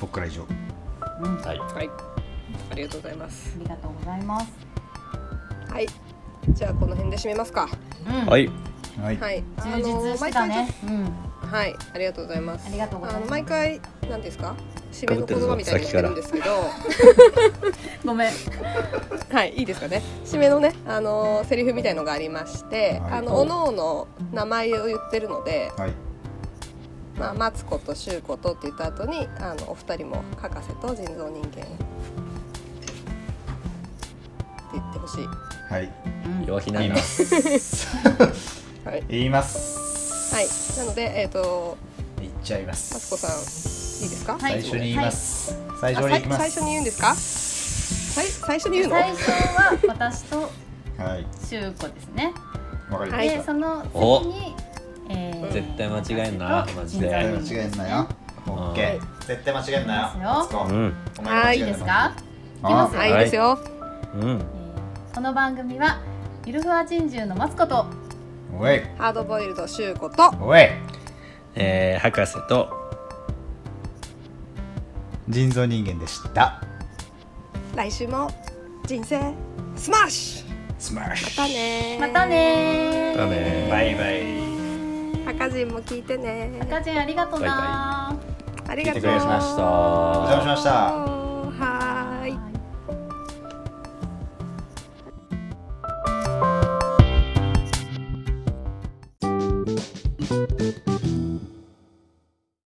僕から以上うん。あはいはいありがとうございますりがとうございます。はいじゃあこの辺で締めますかうん。はいはい、はい充実してたね。うん。あの毎回はいありがとうございますありがとうございますあの毎回何ですか締めの言葉みたいになってるんですけどごめん。はい、いいですかね。締めのね、あのーセリフみたいのがありまして、はいあの、おのおの名前を言ってるので。はいまあ、マツコとシュウコとって言った後に、あの、お二人も博士と人造人間。って言ってほしい。はい、弱気な言いんだますはい。言いますはい、なので、えっ、と、いっちゃいますマツコさん、いいですか。はい最初に言います、最初あにさ行いきます最初に言うんですか。はい、最初に言うの。最初は私とはい修子ですね。わかりまはいでしそのお次に、えー絶対間違えんなマジでた、人絶造対間違え人ん間なよオッケはいー絶対間違えんなよいきますよマツコうんお前間違いいえでんすなか？いきあますよ。はい、いいですよ。うんえーこの番組はゆるふわ珍獣のマツコとおいハードボイルドシュウコと。おいえー、博士と人造人間でした来週も。人生。スマッシュ。スマッシまたねー。またねー。だねュバイバイ赤人も聞いてね赤ちゃんありがとなーありがとう聞いてくれましたお邪魔しましたた